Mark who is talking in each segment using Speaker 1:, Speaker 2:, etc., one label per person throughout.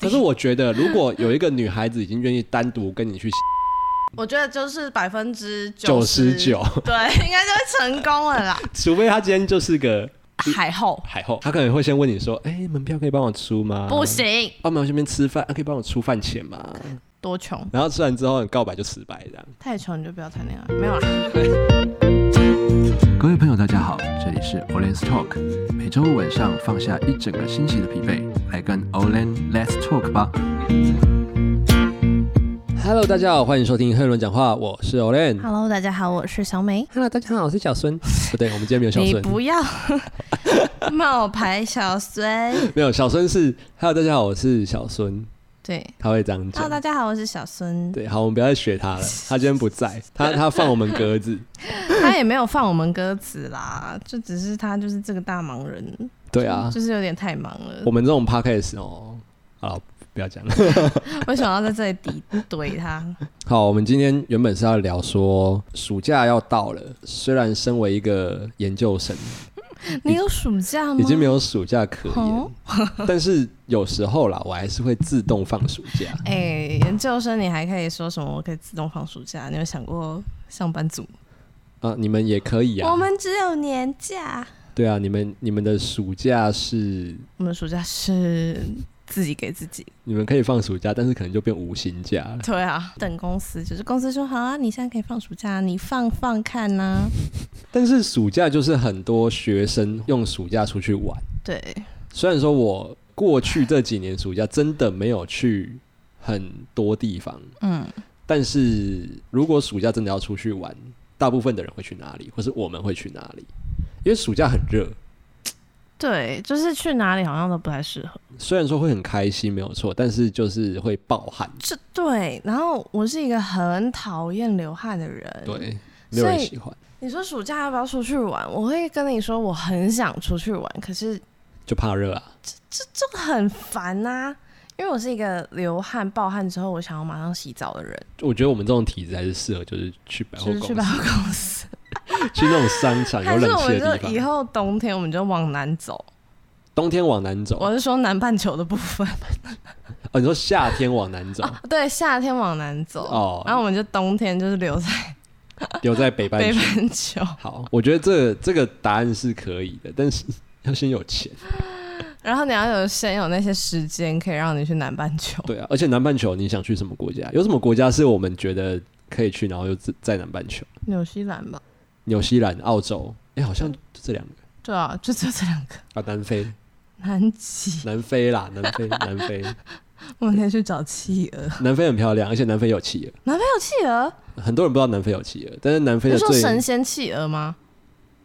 Speaker 1: 可是我觉得，如果有一个女孩子已经愿意单独跟 你去
Speaker 2: 我觉得就是百分之
Speaker 1: 99
Speaker 2: 对，应该就会成功了 啦。
Speaker 1: 除非她今天就是个
Speaker 2: 海后
Speaker 1: 海后，她可能会先问你说：“哎、门票可以帮我出吗？”
Speaker 2: 不，行，
Speaker 1: 澳门这边吃饭、啊可以帮我出饭钱吗？
Speaker 2: 多穷，
Speaker 1: 然后吃完之后，你告白就失败这样。
Speaker 2: 太穷你就不要谈恋爱，没有啦。
Speaker 3: 各位朋友，大家好，这里是 Olen's Talk，每周五晚上放下一整个星期的疲惫，来跟 Olen Let's Talk 吧。
Speaker 1: Hello，大家好，欢迎收听《黑人讲话》，我是 Olen。
Speaker 2: Hello，大家好，我是小美。
Speaker 1: Hello，大家好，我是小孙。 不对，我们今天没有小
Speaker 2: 你
Speaker 1: 孙，
Speaker 2: 不 要冒牌小孙，
Speaker 1: 没有小孙是 Hello，大家好，我是小孙，
Speaker 2: 对。
Speaker 1: 他会这样讲
Speaker 2: Hello，。大家好，我是小孙。
Speaker 1: 对，好，我们不要再学 他了，他今天不在，他他放我们鸽子。
Speaker 2: 他也没有放我们歌词啦，就只是他就是这个大忙人，
Speaker 1: 对 啊，
Speaker 2: 就是有点太忙了
Speaker 1: 我。们这种 podcast 哦，好，不要讲了。
Speaker 2: 为什么要在这里抵怼他？
Speaker 1: 好，我们今天原本是要聊说暑假要到了，虽然身为一个研究生，
Speaker 2: 你有暑假吗？
Speaker 1: 已经没有暑假可言
Speaker 2: 嗯哦，
Speaker 1: 但是有时候啦，我还是会自动放暑假。
Speaker 2: 哎、研究生你还可以说什么？我可以自动放暑假？你有想过上班族？
Speaker 1: 啊，你们也可以啊
Speaker 2: 我。们只有年假，
Speaker 1: 对啊，你们你们的暑假是
Speaker 2: 我们暑假是自己给自己。
Speaker 1: 你们可以放暑假，但是可能就变无薪假了。
Speaker 2: 对啊，等公司就是公司说好啊，你现在可以放暑假，你放放看啊呐、
Speaker 1: 但是暑假就是很多学生用暑假出去玩。
Speaker 2: 对，
Speaker 1: 虽然说我过去这几年暑假真的没有去很多地方，
Speaker 2: 嗯，
Speaker 1: 但是如果暑假真的要出去玩，大部分的人会去哪里，或是我们会去哪里？因为暑假很热，
Speaker 2: 对，就是去哪里好像都不太适合。
Speaker 1: 虽然说会很开心，没有错，但是就是会暴汗。
Speaker 2: 这对，然后我是一个很讨厌流汗的人。，
Speaker 1: 对，没有人喜欢，
Speaker 2: 你说暑假要不要出去玩？我会跟你说我很想出去玩，可是
Speaker 1: 就怕热啊。
Speaker 2: 这个很烦呐、因为我是一个流汗暴汗之后，我想要马上洗澡的人，
Speaker 1: 我觉得我们这种体质还是适合，就是去百货
Speaker 2: 就是
Speaker 1: 公司，
Speaker 2: 去百货公司，
Speaker 1: 去那种商场 有
Speaker 2: 还是
Speaker 1: 冷
Speaker 2: 我
Speaker 1: 气
Speaker 2: 们
Speaker 1: 的
Speaker 2: 就
Speaker 1: 地
Speaker 2: 以
Speaker 1: 方。
Speaker 2: 后冬天我们就往南走。
Speaker 1: 冬天往南走，啊
Speaker 2: 我是说南半球的部分，
Speaker 1: 哦，你说夏天往南走，
Speaker 2: 对，夏天往南走，
Speaker 1: 哦
Speaker 2: 然后我们就冬天就是留在
Speaker 1: 留在北半
Speaker 2: 北
Speaker 1: 球。
Speaker 2: 半球。
Speaker 1: 好，我觉得这个这个答案是可以的，但是要先有钱。
Speaker 2: 然后你要有先有那些时间可以让你去南半球。
Speaker 1: 对啊，而且南半球你想去什么国家？有什么国家是我们觉得可以去，然后又自在南半球？
Speaker 2: 纽西兰吧？
Speaker 1: 纽西兰、澳洲，哎、好像就这两个
Speaker 2: 对啊，就只有这两个。
Speaker 1: 啊，南非，
Speaker 2: 南极，
Speaker 1: 南非啦，南 非，南非，
Speaker 2: 我们可以去找企鹅。
Speaker 1: 南非很漂亮，而且南非有企
Speaker 2: 南非有企鹅？
Speaker 1: 鹅，很多人不知道南非有企鹅，但是南非
Speaker 2: 你
Speaker 1: 的
Speaker 2: 说
Speaker 1: 最
Speaker 2: 神仙企鹅吗？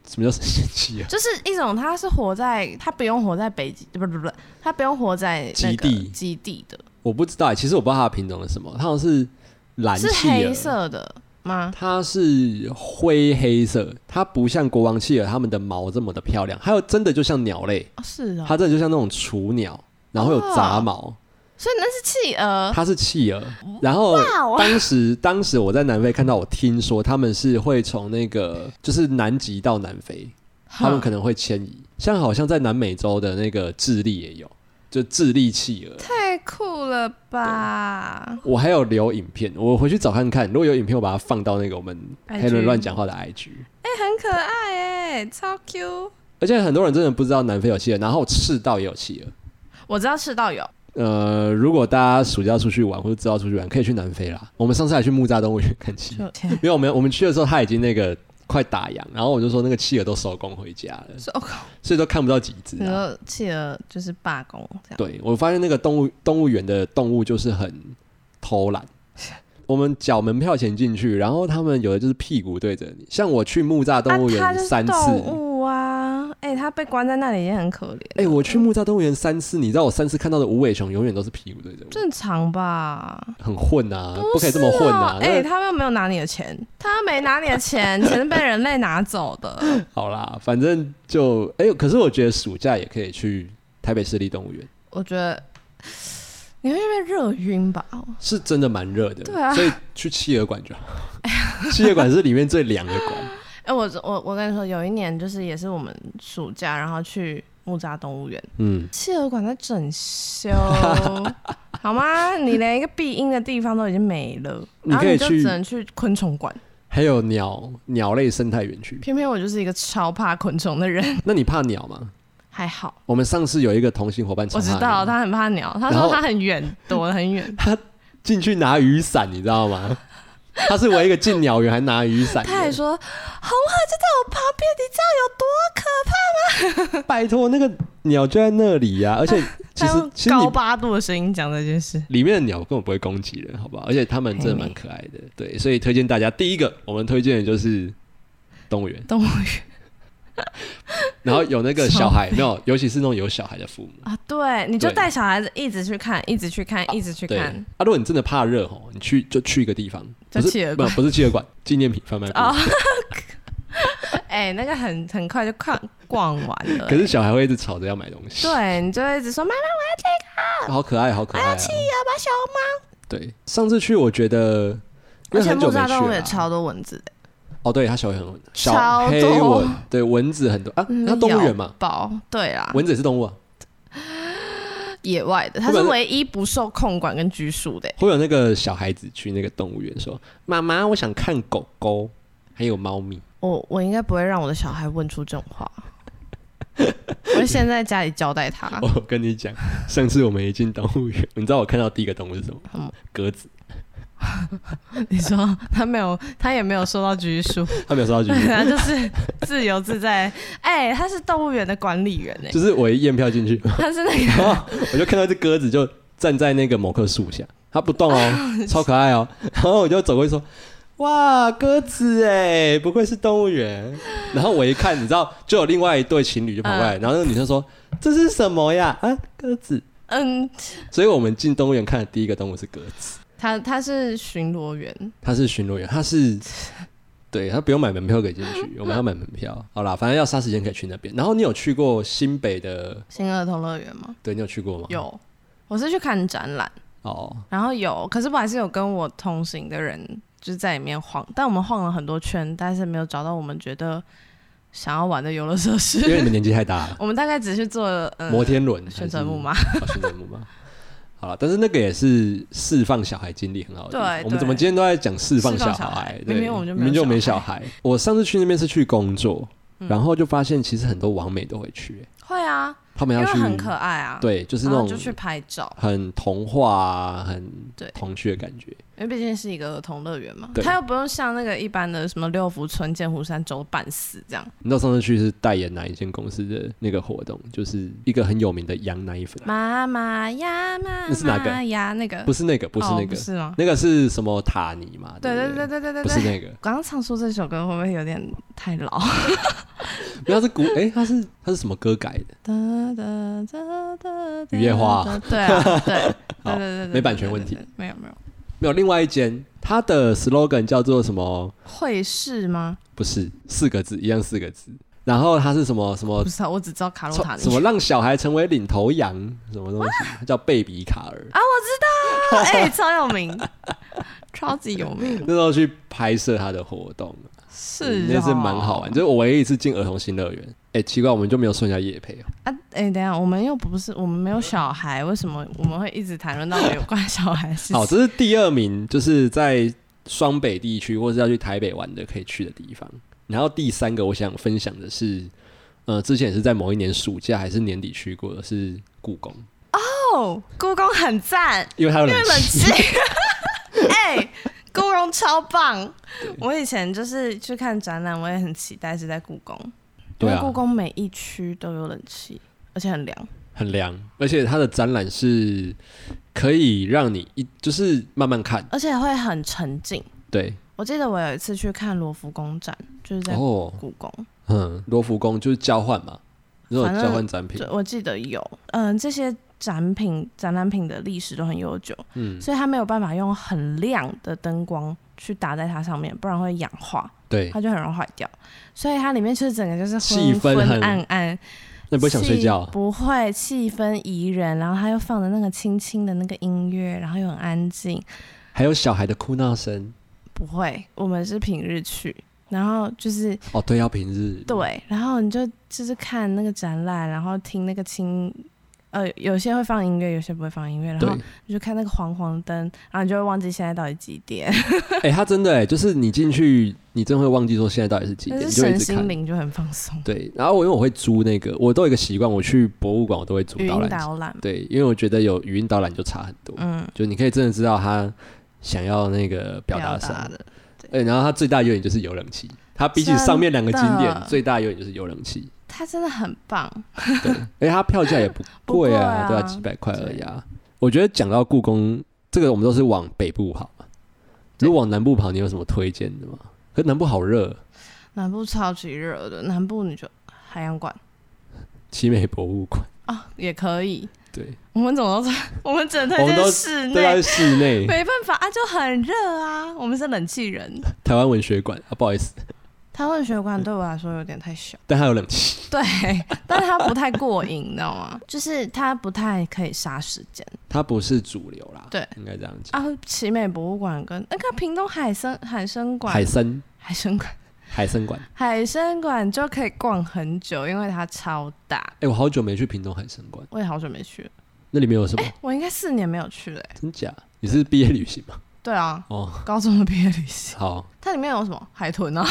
Speaker 1: 什么叫神啊仙企鹅？
Speaker 2: 就是一种，它是活在，它不用活在北极，不不不，它不用活在那
Speaker 1: 极
Speaker 2: 个
Speaker 1: 地
Speaker 2: 极地的，
Speaker 1: 我不知道欸，其实我不知道它的品种是什么，它好像是蓝
Speaker 2: 是
Speaker 1: 企
Speaker 2: 黑
Speaker 1: 鹅，
Speaker 2: 色的吗？
Speaker 1: 它是灰黑色，它不像国王企鹅它们的毛这么的漂亮，还有真的就像鸟类，
Speaker 2: 哦是啊、
Speaker 1: 它真的就像那种雏鸟，然后有杂
Speaker 2: 哦
Speaker 1: 毛，
Speaker 2: 所以那是企鹅。
Speaker 1: 它是企鹅。然后
Speaker 2: 哇哦
Speaker 1: 当时当时我在南非看到，我听说他们是会从那个就是南极到南非，他们可能会迁移，像好像在南美洲的那个智利也有，就智利企鹅。
Speaker 2: 太酷了吧！
Speaker 1: 我还有留影片，我回去找看看。如果有影片，我把它放到那个我们
Speaker 2: IG
Speaker 1: 黑人乱讲话的 IG。
Speaker 2: 哎、很可爱哎、超 Q。
Speaker 1: 而且很多人真的不知道南非有企鹅，然后赤道也有企鹅。
Speaker 2: 我知道赤道有，
Speaker 1: 呃，如果大家暑假出去玩或者知道出去玩，可以去南非啦。我们上次还去木栅动物园看企鹅，
Speaker 2: 就
Speaker 1: 因 为我们我们去的时候它已经那个快打烊，然后我就说那个企鹅都收工回家了，
Speaker 2: 是 OK。
Speaker 1: 所以都看不到几只
Speaker 2: 你
Speaker 1: 啊。
Speaker 2: 说企鹅就是罢工这样，
Speaker 1: 对，我发现那个动物动物园的动物就是很偷懒。我们缴门票钱进去，然后他们有的就是屁股对着你。像我去木栅动物
Speaker 2: 啊、它
Speaker 1: 园
Speaker 2: 就是
Speaker 1: 三次，
Speaker 2: 动物啊，哎、它被关在那里也很可怜。
Speaker 1: 哎、我去木栅动物园三次，你知道我三次看到的无尾熊永远都是屁股对着我，
Speaker 2: 正常吧？
Speaker 1: 很混啊，不可以这么混啊。
Speaker 2: 哎、
Speaker 1: 那
Speaker 2: 他又没有拿你的钱，他又没拿你的 钱，钱是被人类拿走的。
Speaker 1: 好啦，反正就哎、可是我觉得暑假也可以去台北市立动物园，
Speaker 2: 我觉得你会被热晕吧？
Speaker 1: 是真的蛮热的，
Speaker 2: 对啊
Speaker 1: 所以去企鹅馆就好。 企鹅馆是里面最凉的馆，
Speaker 2: 哎、我我我跟你说，有一年就是也是我们暑假，然后去木栅动物园，
Speaker 1: 嗯，
Speaker 2: 企鹅馆在整修，好吗？你连一个避阴的地方都已经没了，
Speaker 1: 你
Speaker 2: 然后
Speaker 1: 可以
Speaker 2: 你就
Speaker 1: 去
Speaker 2: 只能去昆虫馆。
Speaker 1: 还有鸟鸟类生态园区。
Speaker 2: 偏偏我就是一个超怕昆虫的人，
Speaker 1: 那你怕鸟吗？
Speaker 2: 还好
Speaker 1: 我们上次有一个同行伙伴超
Speaker 2: 我
Speaker 1: 怕
Speaker 2: 知
Speaker 1: 鸟，
Speaker 2: 道他很怕鸟，他
Speaker 1: 然后
Speaker 2: 说他很远，躲得很远，
Speaker 1: 进去拿雨伞，你知道吗？他是唯一一个进鸟园还拿雨伞的，
Speaker 2: 他还说红鹤就在我旁边，你知道有多可怕？
Speaker 1: 拜托那个鸟就在那里呀、而且其
Speaker 2: 他
Speaker 1: 实
Speaker 2: 用
Speaker 1: 其实
Speaker 2: 高
Speaker 1: 你
Speaker 2: 八度的声音讲这件事，
Speaker 1: 里面的鸟根本不会攻击人，好不好？而且它们真的蛮可爱的，对，所以推荐大家第一个我们推荐的就是动物园，
Speaker 2: 动物园
Speaker 1: 然后有那个小孩没有，尤其是那种有小孩的父母。
Speaker 2: 啊，对，你就
Speaker 1: 对
Speaker 2: 带小孩子一直去看，一直去看，一直去
Speaker 1: 对啊
Speaker 2: 看，，
Speaker 1: 如果你真的怕热吼，你去就去一个地方，
Speaker 2: 叫
Speaker 1: 不是
Speaker 2: 企鹅
Speaker 1: 不
Speaker 2: 馆
Speaker 1: 不是企鹅馆，纪念品贩卖部。
Speaker 2: 哦，哎，那个很很快就看逛完了
Speaker 1: 可。是小孩会一直吵着要买东西，
Speaker 2: 对，你就会一直说妈妈，
Speaker 1: 好可爱，好可爱、啊。
Speaker 2: 我要把小猫。
Speaker 1: 对，上次去我觉得，因
Speaker 2: 而
Speaker 1: 为
Speaker 2: 且
Speaker 1: 很久
Speaker 2: 木
Speaker 1: 没
Speaker 2: 栅
Speaker 1: 去
Speaker 2: 动物
Speaker 1: 了
Speaker 2: 也
Speaker 1: 啊。
Speaker 2: 超多蚊子的，
Speaker 1: 哦，对，它小黑蚊，小
Speaker 2: 超
Speaker 1: 黑
Speaker 2: 多
Speaker 1: 蚊，对，蚊子很多啊。
Speaker 2: 嗯
Speaker 1: 那动物园嘛，，
Speaker 2: 宝对啦，
Speaker 1: 蚊子也是动物啊，
Speaker 2: 野外的，它
Speaker 1: 不
Speaker 2: 是
Speaker 1: 然是
Speaker 2: 唯一不受控管跟拘束的。
Speaker 1: 会有那个小孩子去那个动物园说：“妈妈，我想看狗狗，还有猫咪。
Speaker 2: 我我应该不会让我的小孩问出这种 话，我会先在家里交代他。
Speaker 1: 我跟你讲，上次我们一进动物园，你知道我看到第一个动物是什么
Speaker 2: 什么？
Speaker 1: 鸽子。
Speaker 2: 你说他没有，他也没有受到拘束，
Speaker 1: 他没有说到进去，
Speaker 2: 他就是自由自在。哎、他是动物园的管理员 哎、
Speaker 1: 就是我一验票进去，
Speaker 2: 他是那
Speaker 1: 然后我就看到一只鸽子就站在那个某棵树下，它不动
Speaker 2: 啊
Speaker 1: 哦， 超可爱哦。然后我就走过去说：“哇，鸽子哎，不愧是动物园。” 然后我一看，你知道，就有另外一对情侣就跑过来，然后那个女生说：“这是什么呀？啊，鸽子。
Speaker 2: 嗯，”
Speaker 1: 所以我们进动物园看的第一个动物是鸽子，
Speaker 2: 他他是巡逻员，
Speaker 1: 它是巡逻员，它 是。对它不用买门票可以进去，我们要买门票。好啦，反正要杀时间可以去那边。然后你有去过新北的？
Speaker 2: 新儿童乐园吗？
Speaker 1: 对你有去过吗？
Speaker 2: 有，我是去看展览，
Speaker 1: 哦，
Speaker 2: 然后有，可是我还是有跟我同行的人就是在里面晃，但我们晃了很多圈，但是没有找到我们觉得想要玩的游乐设施。
Speaker 1: 因为你们年纪太大了。
Speaker 2: 我们大概只是做了嗯
Speaker 1: 摩天轮、
Speaker 2: 旋转木马，
Speaker 1: 还是，哦旋转木马。好了，但是那个也是释放小孩精力很好的地方。
Speaker 2: 对
Speaker 1: 我们
Speaker 2: 对
Speaker 1: 怎么今天都在讲释放
Speaker 2: 释放小
Speaker 1: 孩
Speaker 2: 孩？嗯
Speaker 1: 对
Speaker 2: 明明我们就没有
Speaker 1: 明明没
Speaker 2: 小
Speaker 1: 小孩。我上次去那边是去工作，然后就发现其实很多网美都会去、欸
Speaker 2: 会啊，
Speaker 1: 他们
Speaker 2: 因
Speaker 1: 要
Speaker 2: 为
Speaker 1: 去
Speaker 2: 很可爱啊，，
Speaker 1: 对，就是
Speaker 2: 然
Speaker 1: 那
Speaker 2: 后就去
Speaker 1: 种
Speaker 2: 拍照，
Speaker 1: 很童话、啊、很
Speaker 2: 对
Speaker 1: 童趣的感觉。
Speaker 2: 因为毕竟是一个儿童乐园嘛，
Speaker 1: 对
Speaker 2: 它又不用像那个一般的什么六福村、剑湖山走半死这样，
Speaker 1: 你知道上次去是代言哪一间公司的那个活动？就是一个很有名的羊奶粉，
Speaker 2: 妈妈呀妈
Speaker 1: 那是哪个
Speaker 2: 妈呀那个
Speaker 1: 不是那个，不是
Speaker 2: 哦
Speaker 1: 那个，
Speaker 2: 是吗？
Speaker 1: 那个是什么塔尼嘛？
Speaker 2: 对
Speaker 1: 对
Speaker 2: 对
Speaker 1: 不
Speaker 2: 对对对对
Speaker 1: 不是
Speaker 2: 对。
Speaker 1: 那个。
Speaker 2: 刚刚唱出这首歌会不会有点太老？
Speaker 1: 不要是 古哎、它是它是什么歌改的？
Speaker 2: 哒哒哒哒哒
Speaker 1: 雨夜花啊
Speaker 2: 对啊，对，对对
Speaker 1: 好
Speaker 2: 对对，
Speaker 1: 没版权问题
Speaker 2: 对，对对没有没有，
Speaker 1: 没有，另外一间它的 slogan 叫做什么？
Speaker 2: 会是吗？
Speaker 1: 不是四个字，一样四个字。然后它是什么什么
Speaker 2: 不知道，我只知道卡洛塔尼
Speaker 1: 什么让小孩成为领头羊什么东西？它叫贝比卡尔。
Speaker 2: 啊，我知道，哎、超有 名，超级有名，
Speaker 1: 那时候去拍摄他的活动，
Speaker 2: 是、
Speaker 1: 嗯
Speaker 2: 哦
Speaker 1: 那是蛮好玩。就是我唯一一次进儿童新乐园，哎、奇怪，我们就没有顺下夜配哦。
Speaker 2: 啊。哎、等一下，我们又不是我们没有小孩，为什么我们会一直谈论到有关小孩的事
Speaker 1: 好，
Speaker 2: 情？
Speaker 1: 这是第二名，就是在双北地区或是要去台北玩的可以去的地方。然后第三个我想分享的是，呃，之前也是在某一年暑假还是年底去过的是故宫，
Speaker 2: 哦，故宫很赞，
Speaker 1: 因为它有
Speaker 2: 因为
Speaker 1: 冷
Speaker 2: 冷
Speaker 1: 气。
Speaker 2: 气， 哎、故宫超棒。我以前就是去看展览，我也很期待是在故宫，因
Speaker 1: 对
Speaker 2: 为
Speaker 1: 啊
Speaker 2: 故宫每一区都有冷气，而且很凉。
Speaker 1: 很凉，而且它的展览是可以让你一就是慢慢看，
Speaker 2: 而且会很沉静。
Speaker 1: 对
Speaker 2: 我记得我有一次去看罗浮宫展，就是在
Speaker 1: 哦，
Speaker 2: 故宫，
Speaker 1: 嗯，罗浮宫就是交换嘛，那种
Speaker 2: 反正
Speaker 1: 交换展品
Speaker 2: 对，，我记得有，嗯，这些展品、展览品的历史都很悠久，
Speaker 1: 嗯，
Speaker 2: 所以它没有办法用很亮的灯光去打在它上面，不然会氧化，
Speaker 1: 对，
Speaker 2: 它就很容易坏掉。所以它里面其实整个就是
Speaker 1: 气氛
Speaker 2: 昏
Speaker 1: 很
Speaker 2: 昏暗暗，
Speaker 1: 那你不会想睡觉啊
Speaker 2: 气？不会，气氛宜人，然后它又放的那个轻轻的那个音乐，然后又很安静，
Speaker 1: 还有小孩的哭闹声，
Speaker 2: 不会，我们是平日去，然后就是
Speaker 1: 哦，对，要平日，
Speaker 2: 对，然后你就就是看那个展览，然后听那个轻呃，有些会放音乐，有些不会放音乐，然
Speaker 1: 对
Speaker 2: 后，你就看那个黄黄灯，然后你就会忘记现在到底几点，
Speaker 1: 哎、他真的哎、就是你进去，你真会忘记说现在到底是几
Speaker 2: 但
Speaker 1: 点，
Speaker 2: 是
Speaker 1: 你就一
Speaker 2: 身
Speaker 1: 直看
Speaker 2: 心。灵就很放松。
Speaker 1: 对，然后我因为我会租那个，我都有一个习惯，我去博物馆我都会租
Speaker 2: 语
Speaker 1: 导
Speaker 2: 音
Speaker 1: 览机。
Speaker 2: 导览，
Speaker 1: 对，因为我觉得有语音导览就差很多，
Speaker 2: 嗯，
Speaker 1: 就你可以真的知道他想要那个表达什么。
Speaker 2: 的，
Speaker 1: 哎、然后它最大优点就是有冷气，它比起上面两个景
Speaker 2: 真
Speaker 1: 点
Speaker 2: 的
Speaker 1: 最大优点就是有冷气。
Speaker 2: 他真的很棒。
Speaker 1: 对，而哎且它票价也不
Speaker 2: 不贵
Speaker 1: 贵
Speaker 2: 啊
Speaker 1: 啊，对啊，几百块而已啊。我觉得讲到故宫这个，我们都是往北部跑嘛。如果往南部跑，你有什么推荐的吗？可是南部好热，
Speaker 2: 南部超级热的，南部你就海洋馆
Speaker 1: 奇美博物馆，
Speaker 2: 啊也可以。
Speaker 1: 对，
Speaker 2: 我们怎么都在，我们整推
Speaker 1: 我们
Speaker 2: 荐
Speaker 1: 都
Speaker 2: 室
Speaker 1: 对，啊它
Speaker 2: 内
Speaker 1: 是，室 内
Speaker 2: 没办法啊，就很热啊。我们是冷气人，
Speaker 1: 台湾文学馆啊，不好意思，
Speaker 2: 台湾学馆对我来说有点太小，
Speaker 1: 但它有冷气。
Speaker 2: 对，但是它不太过瘾，你知道吗？就是它不太可以杀时间
Speaker 1: 它不是主流啦，
Speaker 2: 对，
Speaker 1: 应该这样讲。
Speaker 2: 啊。奇美博物馆跟那个屏东海参海参馆、
Speaker 1: 海参，
Speaker 2: 海参馆、
Speaker 1: 海参馆，
Speaker 2: 海参馆就可以逛很久，因为它超大。
Speaker 1: 哎、我好久没去屏东海参馆，
Speaker 2: 我也好久没去了，
Speaker 1: 那里面有什么？
Speaker 2: 我应该四年没有去了、欸。
Speaker 1: 真假？你是毕业旅行吗？
Speaker 2: 对啊，
Speaker 1: 哦，
Speaker 2: 高中的毕业旅行，
Speaker 1: 好，
Speaker 2: 它里面有什么海豚啊？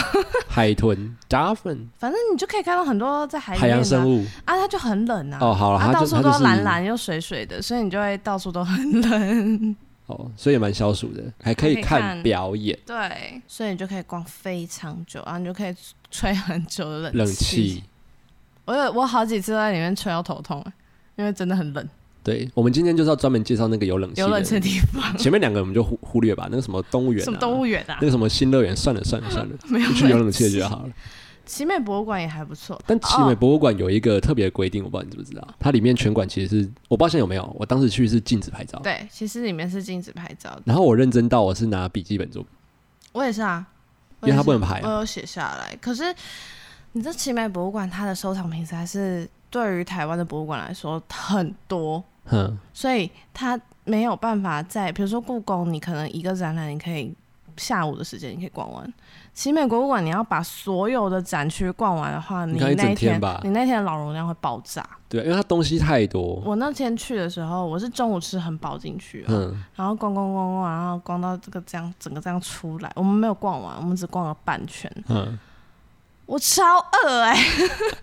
Speaker 1: 海豚、达芬、
Speaker 2: 反正你就可以看到很多在海里
Speaker 1: 海
Speaker 2: 面的
Speaker 1: 洋生物。
Speaker 2: 啊，它就很冷啊。
Speaker 1: 哦，好了，
Speaker 2: 它
Speaker 1: 它
Speaker 2: 到
Speaker 1: 就
Speaker 2: 处
Speaker 1: 它
Speaker 2: 都
Speaker 1: 就是
Speaker 2: 蓝蓝又水水的，所以你就会到处都很 冷。
Speaker 1: 哦，所以也蛮消暑的，还可
Speaker 2: 可
Speaker 1: 以
Speaker 2: 以看
Speaker 1: 看表演，
Speaker 2: 对，所以你就可以逛非常久，然后你就可以吹很久的
Speaker 1: 冷
Speaker 2: 气。
Speaker 1: 气。
Speaker 2: 我有我好几次都在里面吹到头痛，欸因为真的很冷，
Speaker 1: 对，我们今天就是要专门介绍那个有冷气。
Speaker 2: 有冷气的。地方，
Speaker 1: 前面两个我们就忽忽略吧，那个什么动物园、啊，
Speaker 2: 什么动物园啊
Speaker 1: 那，个什么新乐园，算了算 了算了，
Speaker 2: 没有
Speaker 1: 就去有冷气
Speaker 2: 气
Speaker 1: 的就好 了。
Speaker 2: 奇美博物馆也还不错，
Speaker 1: 但奇美
Speaker 2: 哦
Speaker 1: 博物馆有一个特别的规定，我不知道你知不知道，它里面全馆其实是我不知道现在有没有，我当时去是禁止拍照。
Speaker 2: 对，其实里面是禁止拍照的。
Speaker 1: 然后我认真到我是拿笔记本做，
Speaker 2: 我也是啊，
Speaker 1: 因为它
Speaker 2: 我也是
Speaker 1: 不能排啊
Speaker 2: 我有写下来。可是你知道奇美博物馆它的收藏品实在是对于台湾的博物馆来说很多，
Speaker 1: 哼，
Speaker 2: 所以它没有办法在，比如说故宫，你可能一个展览你可以。下午的时间你可以逛完奇美博物馆，你要把所有的展区逛完的话，
Speaker 1: 你
Speaker 2: 你
Speaker 1: 看一整
Speaker 2: 那
Speaker 1: 天吧
Speaker 2: 你那天的脑容量会爆炸。
Speaker 1: 对，因为它东西太多，
Speaker 2: 我那天去的时候，我是中午吃很饱进去、啊，
Speaker 1: 嗯，
Speaker 2: 然后逛逛逛逛，然后逛到这个这样整个这样出来，我们没有逛完，我们只逛了半圈。
Speaker 1: 嗯，
Speaker 2: 我超饿哎、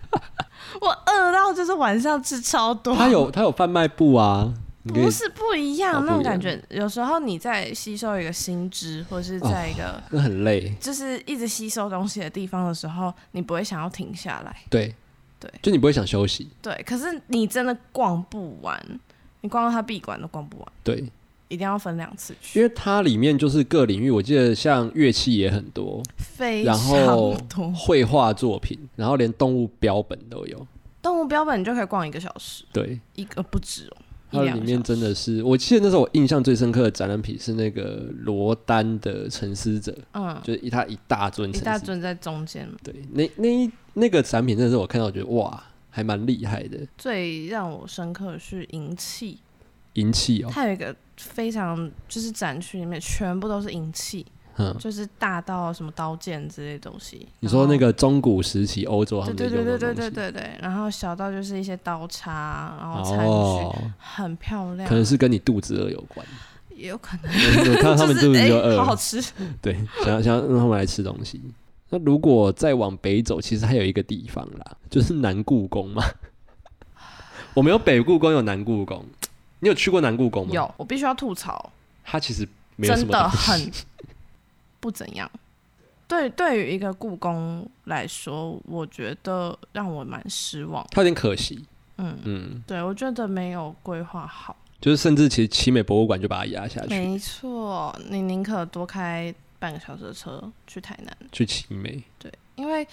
Speaker 2: 我饿到就是晚上吃超多。
Speaker 1: 它有它有贩卖部啊，你可以
Speaker 2: 不是不一样、
Speaker 1: 哦
Speaker 2: 那
Speaker 1: 不
Speaker 2: 种
Speaker 1: 一样
Speaker 2: 感觉？有时候你在吸收一个新知，或是在一个、
Speaker 1: 那很累，
Speaker 2: 就是一直吸收东西的地方的时候，你不会想要停下来。
Speaker 1: 对，
Speaker 2: 对
Speaker 1: 就你不会想休息，
Speaker 2: 对，可是你真的逛不完，你逛到它闭馆都逛不完，
Speaker 1: 对，
Speaker 2: 一定要分两次
Speaker 1: 因
Speaker 2: 去，
Speaker 1: 为它里面就是各领域，我记得像乐器也很多，
Speaker 2: 非
Speaker 1: 然
Speaker 2: 常
Speaker 1: 后
Speaker 2: 多。
Speaker 1: 绘画作品，然后连动物标本都有，
Speaker 2: 动物标本你就可以逛一个小时，
Speaker 1: 对，
Speaker 2: 一个不止哦、一
Speaker 1: 它
Speaker 2: 两
Speaker 1: 里
Speaker 2: 个
Speaker 1: 面
Speaker 2: 小时
Speaker 1: 真的是，我记得那时候我印象最深刻的展览品是那个罗丹的《沉思者》，
Speaker 2: 嗯，
Speaker 1: 就是一它一大尊
Speaker 2: 一
Speaker 1: 沉
Speaker 2: 大
Speaker 1: 思者，
Speaker 2: 尊在中间，
Speaker 1: 对，那那一那个展品真的是我看到觉得哇，还蛮厉害的，
Speaker 2: 最让我深刻的是银器，
Speaker 1: 银器哦，
Speaker 2: 它有一个非常就是展区里面全部都是银器，
Speaker 1: 嗯，
Speaker 2: 就是大到什么刀剑之类的东西。
Speaker 1: 你说那
Speaker 2: 然后？
Speaker 1: 个中古时期欧洲他们在
Speaker 2: 对对
Speaker 1: 用
Speaker 2: 对
Speaker 1: 的
Speaker 2: 对对对
Speaker 1: 东西
Speaker 2: 对对，然后小到就是一些刀叉，然后餐具，
Speaker 1: 哦，
Speaker 2: 很漂亮，
Speaker 1: 可能是跟你肚子饿有关。
Speaker 2: 也有可能
Speaker 1: 我看到他们
Speaker 2: 就
Speaker 1: 肚
Speaker 2: 是
Speaker 1: 子
Speaker 2: 哎、
Speaker 1: 就饿了，
Speaker 2: 好好吃，
Speaker 1: 对，想要想要让他们来吃东西。那如果再往北走，其实还有一个地方啦，就是南故宫嘛。 我们有北故宫，有南故宫。你有去过南故宫吗？，
Speaker 2: 有我必须要吐槽，
Speaker 1: 它其实没有什
Speaker 2: 真
Speaker 1: 么
Speaker 2: 的
Speaker 1: 东西
Speaker 2: 很不怎样。对，对于一个故宫来说，我觉得让我蛮失望。
Speaker 1: 它有点可惜。
Speaker 2: 嗯，
Speaker 1: 嗯，
Speaker 2: 对，我觉得没有规划好。
Speaker 1: 就是甚至其实奇美博物馆就把它压下去，
Speaker 2: 没错，你宁可多开半个小时的车去台南，
Speaker 1: 去奇美。
Speaker 2: 对，因为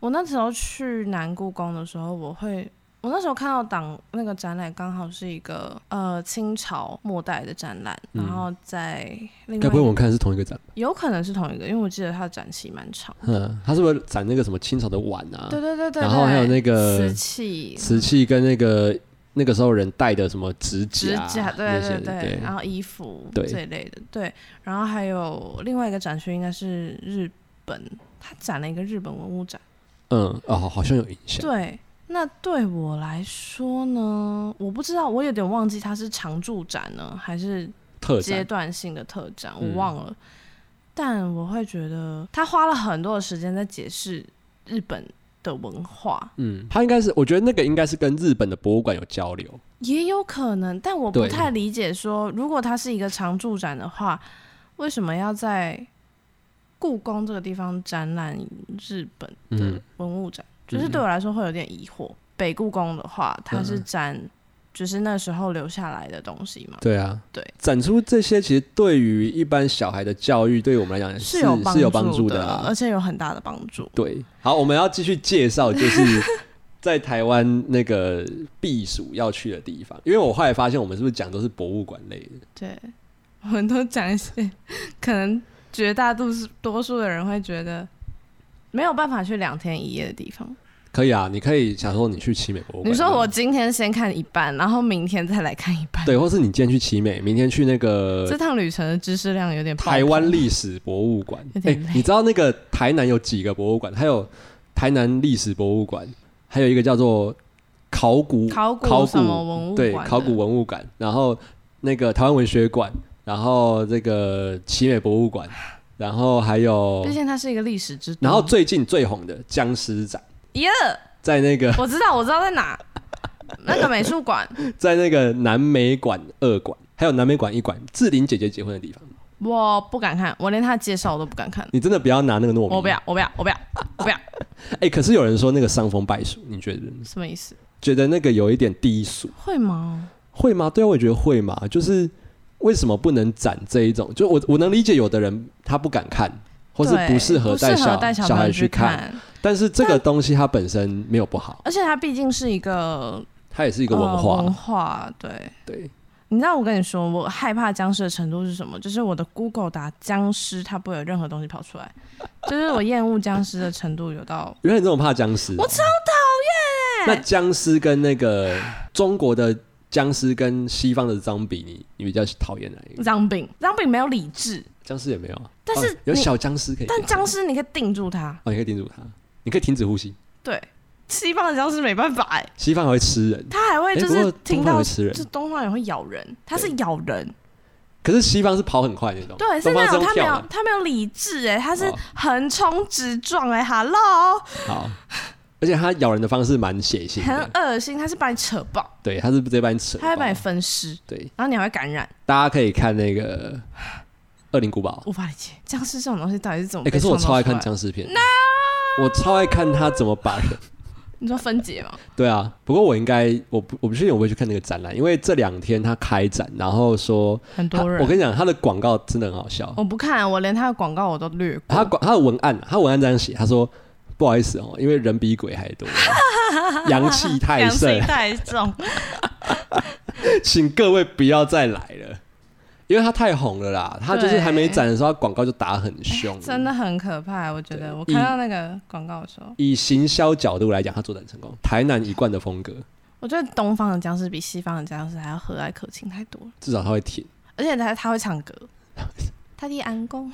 Speaker 2: 我那时候去南故宫的时候，我会。我那时候看到档那个展览，刚好是一个呃清朝末代的展览，
Speaker 1: 嗯
Speaker 2: 然后在另
Speaker 1: 该不会我
Speaker 2: 外
Speaker 1: 们看的是同一个展？
Speaker 2: 有可能是同一个，因为我记得它的展期蛮长。
Speaker 1: 嗯，它是不是展那个什么清朝的碗啊？
Speaker 2: 对对对对，
Speaker 1: 然后还有
Speaker 2: 对
Speaker 1: 那个
Speaker 2: 瓷器、
Speaker 1: 瓷器跟那个那个时候人戴的什么指
Speaker 2: 指
Speaker 1: 甲、
Speaker 2: 甲，对
Speaker 1: 啊那些
Speaker 2: 对啊
Speaker 1: 对
Speaker 2: 然后衣服
Speaker 1: 对
Speaker 2: 这一类的，对，然后还有另外一个展区应该是日本，它展了一个日本文物展，
Speaker 1: 嗯，哦，好像有印象。
Speaker 2: 对，那对我来说呢，我不知道，我有点忘记它是常驻展呢，还是
Speaker 1: 特
Speaker 2: 阶
Speaker 1: 展，
Speaker 2: 段性的特展，我
Speaker 1: 嗯
Speaker 2: 忘了。但我会觉得他花了很多的时间在解释日本的文化，
Speaker 1: 嗯，它应该是，我觉得那个应该是跟日本的博物馆有交流，
Speaker 2: 也有可能，但我不
Speaker 1: 对
Speaker 2: 太理解说，如果它是一个常驻展的话，为什么要在故宫这个地方展览日本的
Speaker 1: 嗯
Speaker 2: 文物展？就是对我来说会有点疑惑。北故宫的话，它是
Speaker 1: 嗯
Speaker 2: 展就是那时候留下来的东西嘛，
Speaker 1: 对啊，
Speaker 2: 对，
Speaker 1: 展出这些其实对于一般小孩的教育，对于我们来讲
Speaker 2: 是
Speaker 1: 有
Speaker 2: 帮
Speaker 1: 呃是有帮
Speaker 2: 助
Speaker 1: 的啊，
Speaker 2: 而且有很大的帮助。
Speaker 1: 对，好，我们要继续介绍，就是 在台湾那个避暑要去的地方。因为我后来发现，我们是不是讲都是博物馆类的？
Speaker 2: 对，我们都讲一些可能绝大多数多数的人会觉得没有办法去两天一夜的地方。
Speaker 1: 可以啊，你可以想说你去奇美博物馆，
Speaker 2: 你说我今天先看一半，然后明天再来看一半，
Speaker 1: 对，或是你今天去奇美，明天去那
Speaker 2: 这
Speaker 1: 个
Speaker 2: 趟旅程的知识量有点爆棚
Speaker 1: 台湾历史博物馆
Speaker 2: 有。
Speaker 1: 哎、
Speaker 2: 点累
Speaker 1: 你知道那个台南有几个博物馆？还有台南历史博物馆，还有一个叫做考古
Speaker 2: 考古
Speaker 1: 考古
Speaker 2: 什么文物
Speaker 1: 对
Speaker 2: 馆的
Speaker 1: 考古文物馆，然后那个台湾文学馆，然后这个奇美博物馆，然后还有
Speaker 2: 毕，竟它是一个历史之都。
Speaker 1: 然后最近最红的僵尸展，
Speaker 2: 耶
Speaker 1: 在那个
Speaker 2: 我知道，我知道在哪， 那个美术馆，
Speaker 1: 在那个南美馆二馆，还有南美馆一馆，志玲姐姐结婚的地方，
Speaker 2: 我不敢看，我连他的介绍我都不敢看，
Speaker 1: 你真的不要拿那个诺米，
Speaker 2: 我不要，我不要，我不要，我不要，
Speaker 1: 哎、可是有人说那个伤风败俗，你觉得呢
Speaker 2: 什么意思？
Speaker 1: 觉得那个有一点低俗，
Speaker 2: 会吗？
Speaker 1: 会吗？对啊，我也觉得会嘛，就是为什么不能展这一种？就我我能理解有的人他不敢看，或是
Speaker 2: 对
Speaker 1: 不适合带
Speaker 2: 不适合
Speaker 1: 小
Speaker 2: 带小
Speaker 1: 小
Speaker 2: 朋
Speaker 1: 孩
Speaker 2: 友去
Speaker 1: 看，，但是这个东西它本身没有不好，
Speaker 2: 而且它毕竟是一个
Speaker 1: 它也是一
Speaker 2: 一
Speaker 1: 个文化，
Speaker 2: 文化对。
Speaker 1: 对，
Speaker 2: 你知道我跟你说，我害怕僵尸的程度是什么？就是我的 Google 打僵尸，它不会有任何东西跑出来，就是我厌恶僵尸的程度有到
Speaker 1: 原来你这么怕僵尸、
Speaker 2: 我超讨
Speaker 1: 那
Speaker 2: 厌哎、
Speaker 1: 僵尸跟那个中国的僵尸跟西方的脏比，你你比较讨厌哪一个？
Speaker 2: 张饼，张饼没有理智，
Speaker 1: 僵尸也没有啊，
Speaker 2: 但是
Speaker 1: 哦有
Speaker 2: 你
Speaker 1: 小僵尸可以，
Speaker 2: 但僵尸你可以定住它，
Speaker 1: 哦，你可以停止它，你可以停止呼吸，
Speaker 2: 对，西方的僵尸没办法哎、
Speaker 1: 西方还会吃人，
Speaker 2: 它还会
Speaker 1: 哎
Speaker 2: 就
Speaker 1: 不过
Speaker 2: 是
Speaker 1: 东
Speaker 2: 听
Speaker 1: 方
Speaker 2: 到
Speaker 1: 会吃人
Speaker 2: 就东方也会咬人，它是咬人，
Speaker 1: 可是西方是跑很快那种，
Speaker 2: 对，是
Speaker 1: 东方
Speaker 2: 那种
Speaker 1: 用
Speaker 2: 它没
Speaker 1: 跳
Speaker 2: 有
Speaker 1: 的
Speaker 2: 它没有理智哎、它是
Speaker 1: 哦
Speaker 2: 横冲直撞哎、哈 h e l l o
Speaker 1: 好，而且它咬人的方式蛮血腥
Speaker 2: 很
Speaker 1: 的，
Speaker 2: 恶心，它是把你扯爆，
Speaker 1: 对，它是直接把你扯
Speaker 2: 它会把
Speaker 1: 爆
Speaker 2: 你分尸，
Speaker 1: 对，
Speaker 2: 然后你还会感染。
Speaker 1: 大家可以看那个《恶灵古堡》，
Speaker 2: 无法理解僵尸这种东西到底是怎么
Speaker 1: 哎、
Speaker 2: 被
Speaker 1: 可是
Speaker 2: 创
Speaker 1: 我
Speaker 2: 造出
Speaker 1: 超
Speaker 2: 来
Speaker 1: 爱
Speaker 2: 的？
Speaker 1: 看僵尸片我超爱看他怎么把人。
Speaker 2: 你说分解吗？
Speaker 1: 对啊，不过我应该我不我不确定我会去看那个展览，因为这两天他开展，然后说
Speaker 2: 很
Speaker 1: 他
Speaker 2: 多人，哦
Speaker 1: 我跟你讲，他的广告真的很好笑。
Speaker 2: 我不看，啊我连他的广告我都略过。
Speaker 1: 他广他的文案，他文案这样写，他说不好意思哦，因为人比鬼还 多，阳气太
Speaker 2: 阳气
Speaker 1: 盛，
Speaker 2: 太 重，
Speaker 1: 请各位不要再来了，因为他太红了啦。他就是
Speaker 2: 对
Speaker 1: 还没展的时候，他广告就打很凶，
Speaker 2: 真的。很可怕。我觉得
Speaker 1: 对
Speaker 2: 我看到那个广告的时候，
Speaker 1: 以行销角度来讲，他做的很成功。台南一贯的风格，
Speaker 2: 我觉得东方的僵尸比西方的僵尸还要和蔼可亲太多了，
Speaker 1: 至少他会挺。
Speaker 2: 而且他他会唱 歌，他的安公，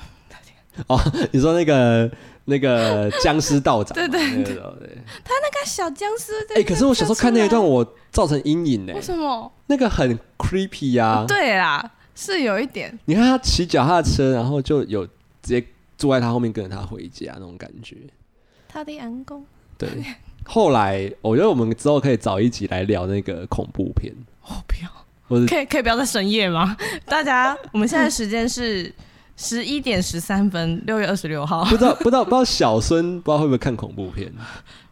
Speaker 1: 你说那个那 个僵尸道长嘛，
Speaker 2: 对对
Speaker 1: 那个时候对。
Speaker 2: 那个小僵尸在
Speaker 1: 哎、可是我小时候看那一段，
Speaker 2: 跳出
Speaker 1: 我造成阴影呢、
Speaker 2: 来为什么？
Speaker 1: 那个很 creepy 啊。
Speaker 2: 哦对啦，是有一点，
Speaker 1: 你看他骑脚踏车，然后就有直接坐在他后面跟着他回家那种感觉。
Speaker 2: 他的安公，
Speaker 1: 对，后来我觉得我们之后可以找一集来聊那个恐怖片，
Speaker 2: 我哦不要。
Speaker 1: 或者
Speaker 2: 可以可以不要再深夜吗？ 大家，我们现在时间是十一点十三分，六月二十六号。
Speaker 1: 不知道不知道不知道小孙不知道会不会看恐怖片？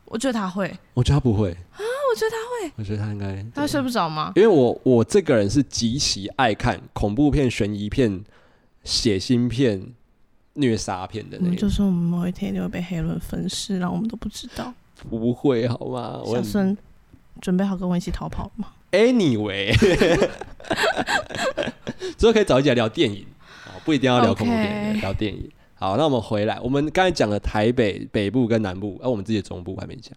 Speaker 2: 我觉得他会，
Speaker 1: 我觉得他不会，
Speaker 2: 啊我觉得他会，
Speaker 1: 我觉得他应该
Speaker 2: 他会睡不着吗？
Speaker 1: 因为我我这个人是极其爱看恐怖片、悬疑片、血腥片、虐杀片的
Speaker 2: 我
Speaker 1: 那
Speaker 2: 们
Speaker 1: 种
Speaker 2: 就。说我们某一天就会被黑轮分尸，然后我们都不知道。
Speaker 1: 不会好吗？啊我
Speaker 2: 小
Speaker 1: 很
Speaker 2: 孙，准备好跟我一起逃跑了吗？
Speaker 1: anyway，之后可以找一起来聊电影，好不一定要聊恐怖片
Speaker 2: OK
Speaker 1: 聊电影。好，那我们回来，我们刚才讲了台北北部跟南部，而、啊我们自己的中部还没讲。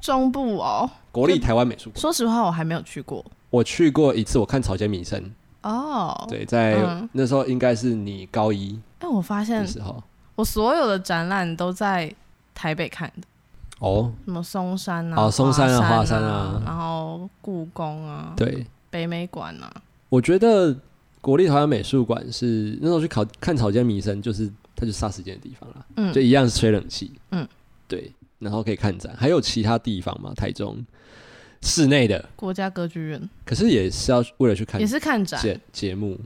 Speaker 2: 中部哦，
Speaker 1: 国立台湾美术馆，
Speaker 2: 说实话我还没有去过
Speaker 1: 我去过一次，我看草间弥生，
Speaker 2: 哦。
Speaker 1: 对，在、
Speaker 2: 嗯
Speaker 1: 那时候应该是你高一
Speaker 2: 哎但我发
Speaker 1: 的
Speaker 2: 现
Speaker 1: 时候，
Speaker 2: 我所有的展览都在台北看的，
Speaker 1: 哦，
Speaker 2: 什么松山啊、
Speaker 1: 哦松山啊
Speaker 2: 华
Speaker 1: 华山啊
Speaker 2: 然后故宫啊、
Speaker 1: 对，
Speaker 2: 北美馆啊，
Speaker 1: 我觉得国立台湾美术馆是那时候去考看草间弥生，就是它就杀时间的地方啦，
Speaker 2: 嗯
Speaker 1: 就一样是吹冷气，
Speaker 2: 嗯，
Speaker 1: 对，然后可以看展，还有其他地方吗？台中室内的，
Speaker 2: 国家歌剧院
Speaker 1: 可是也是要为了去看
Speaker 2: 也是看展，
Speaker 1: 节节目，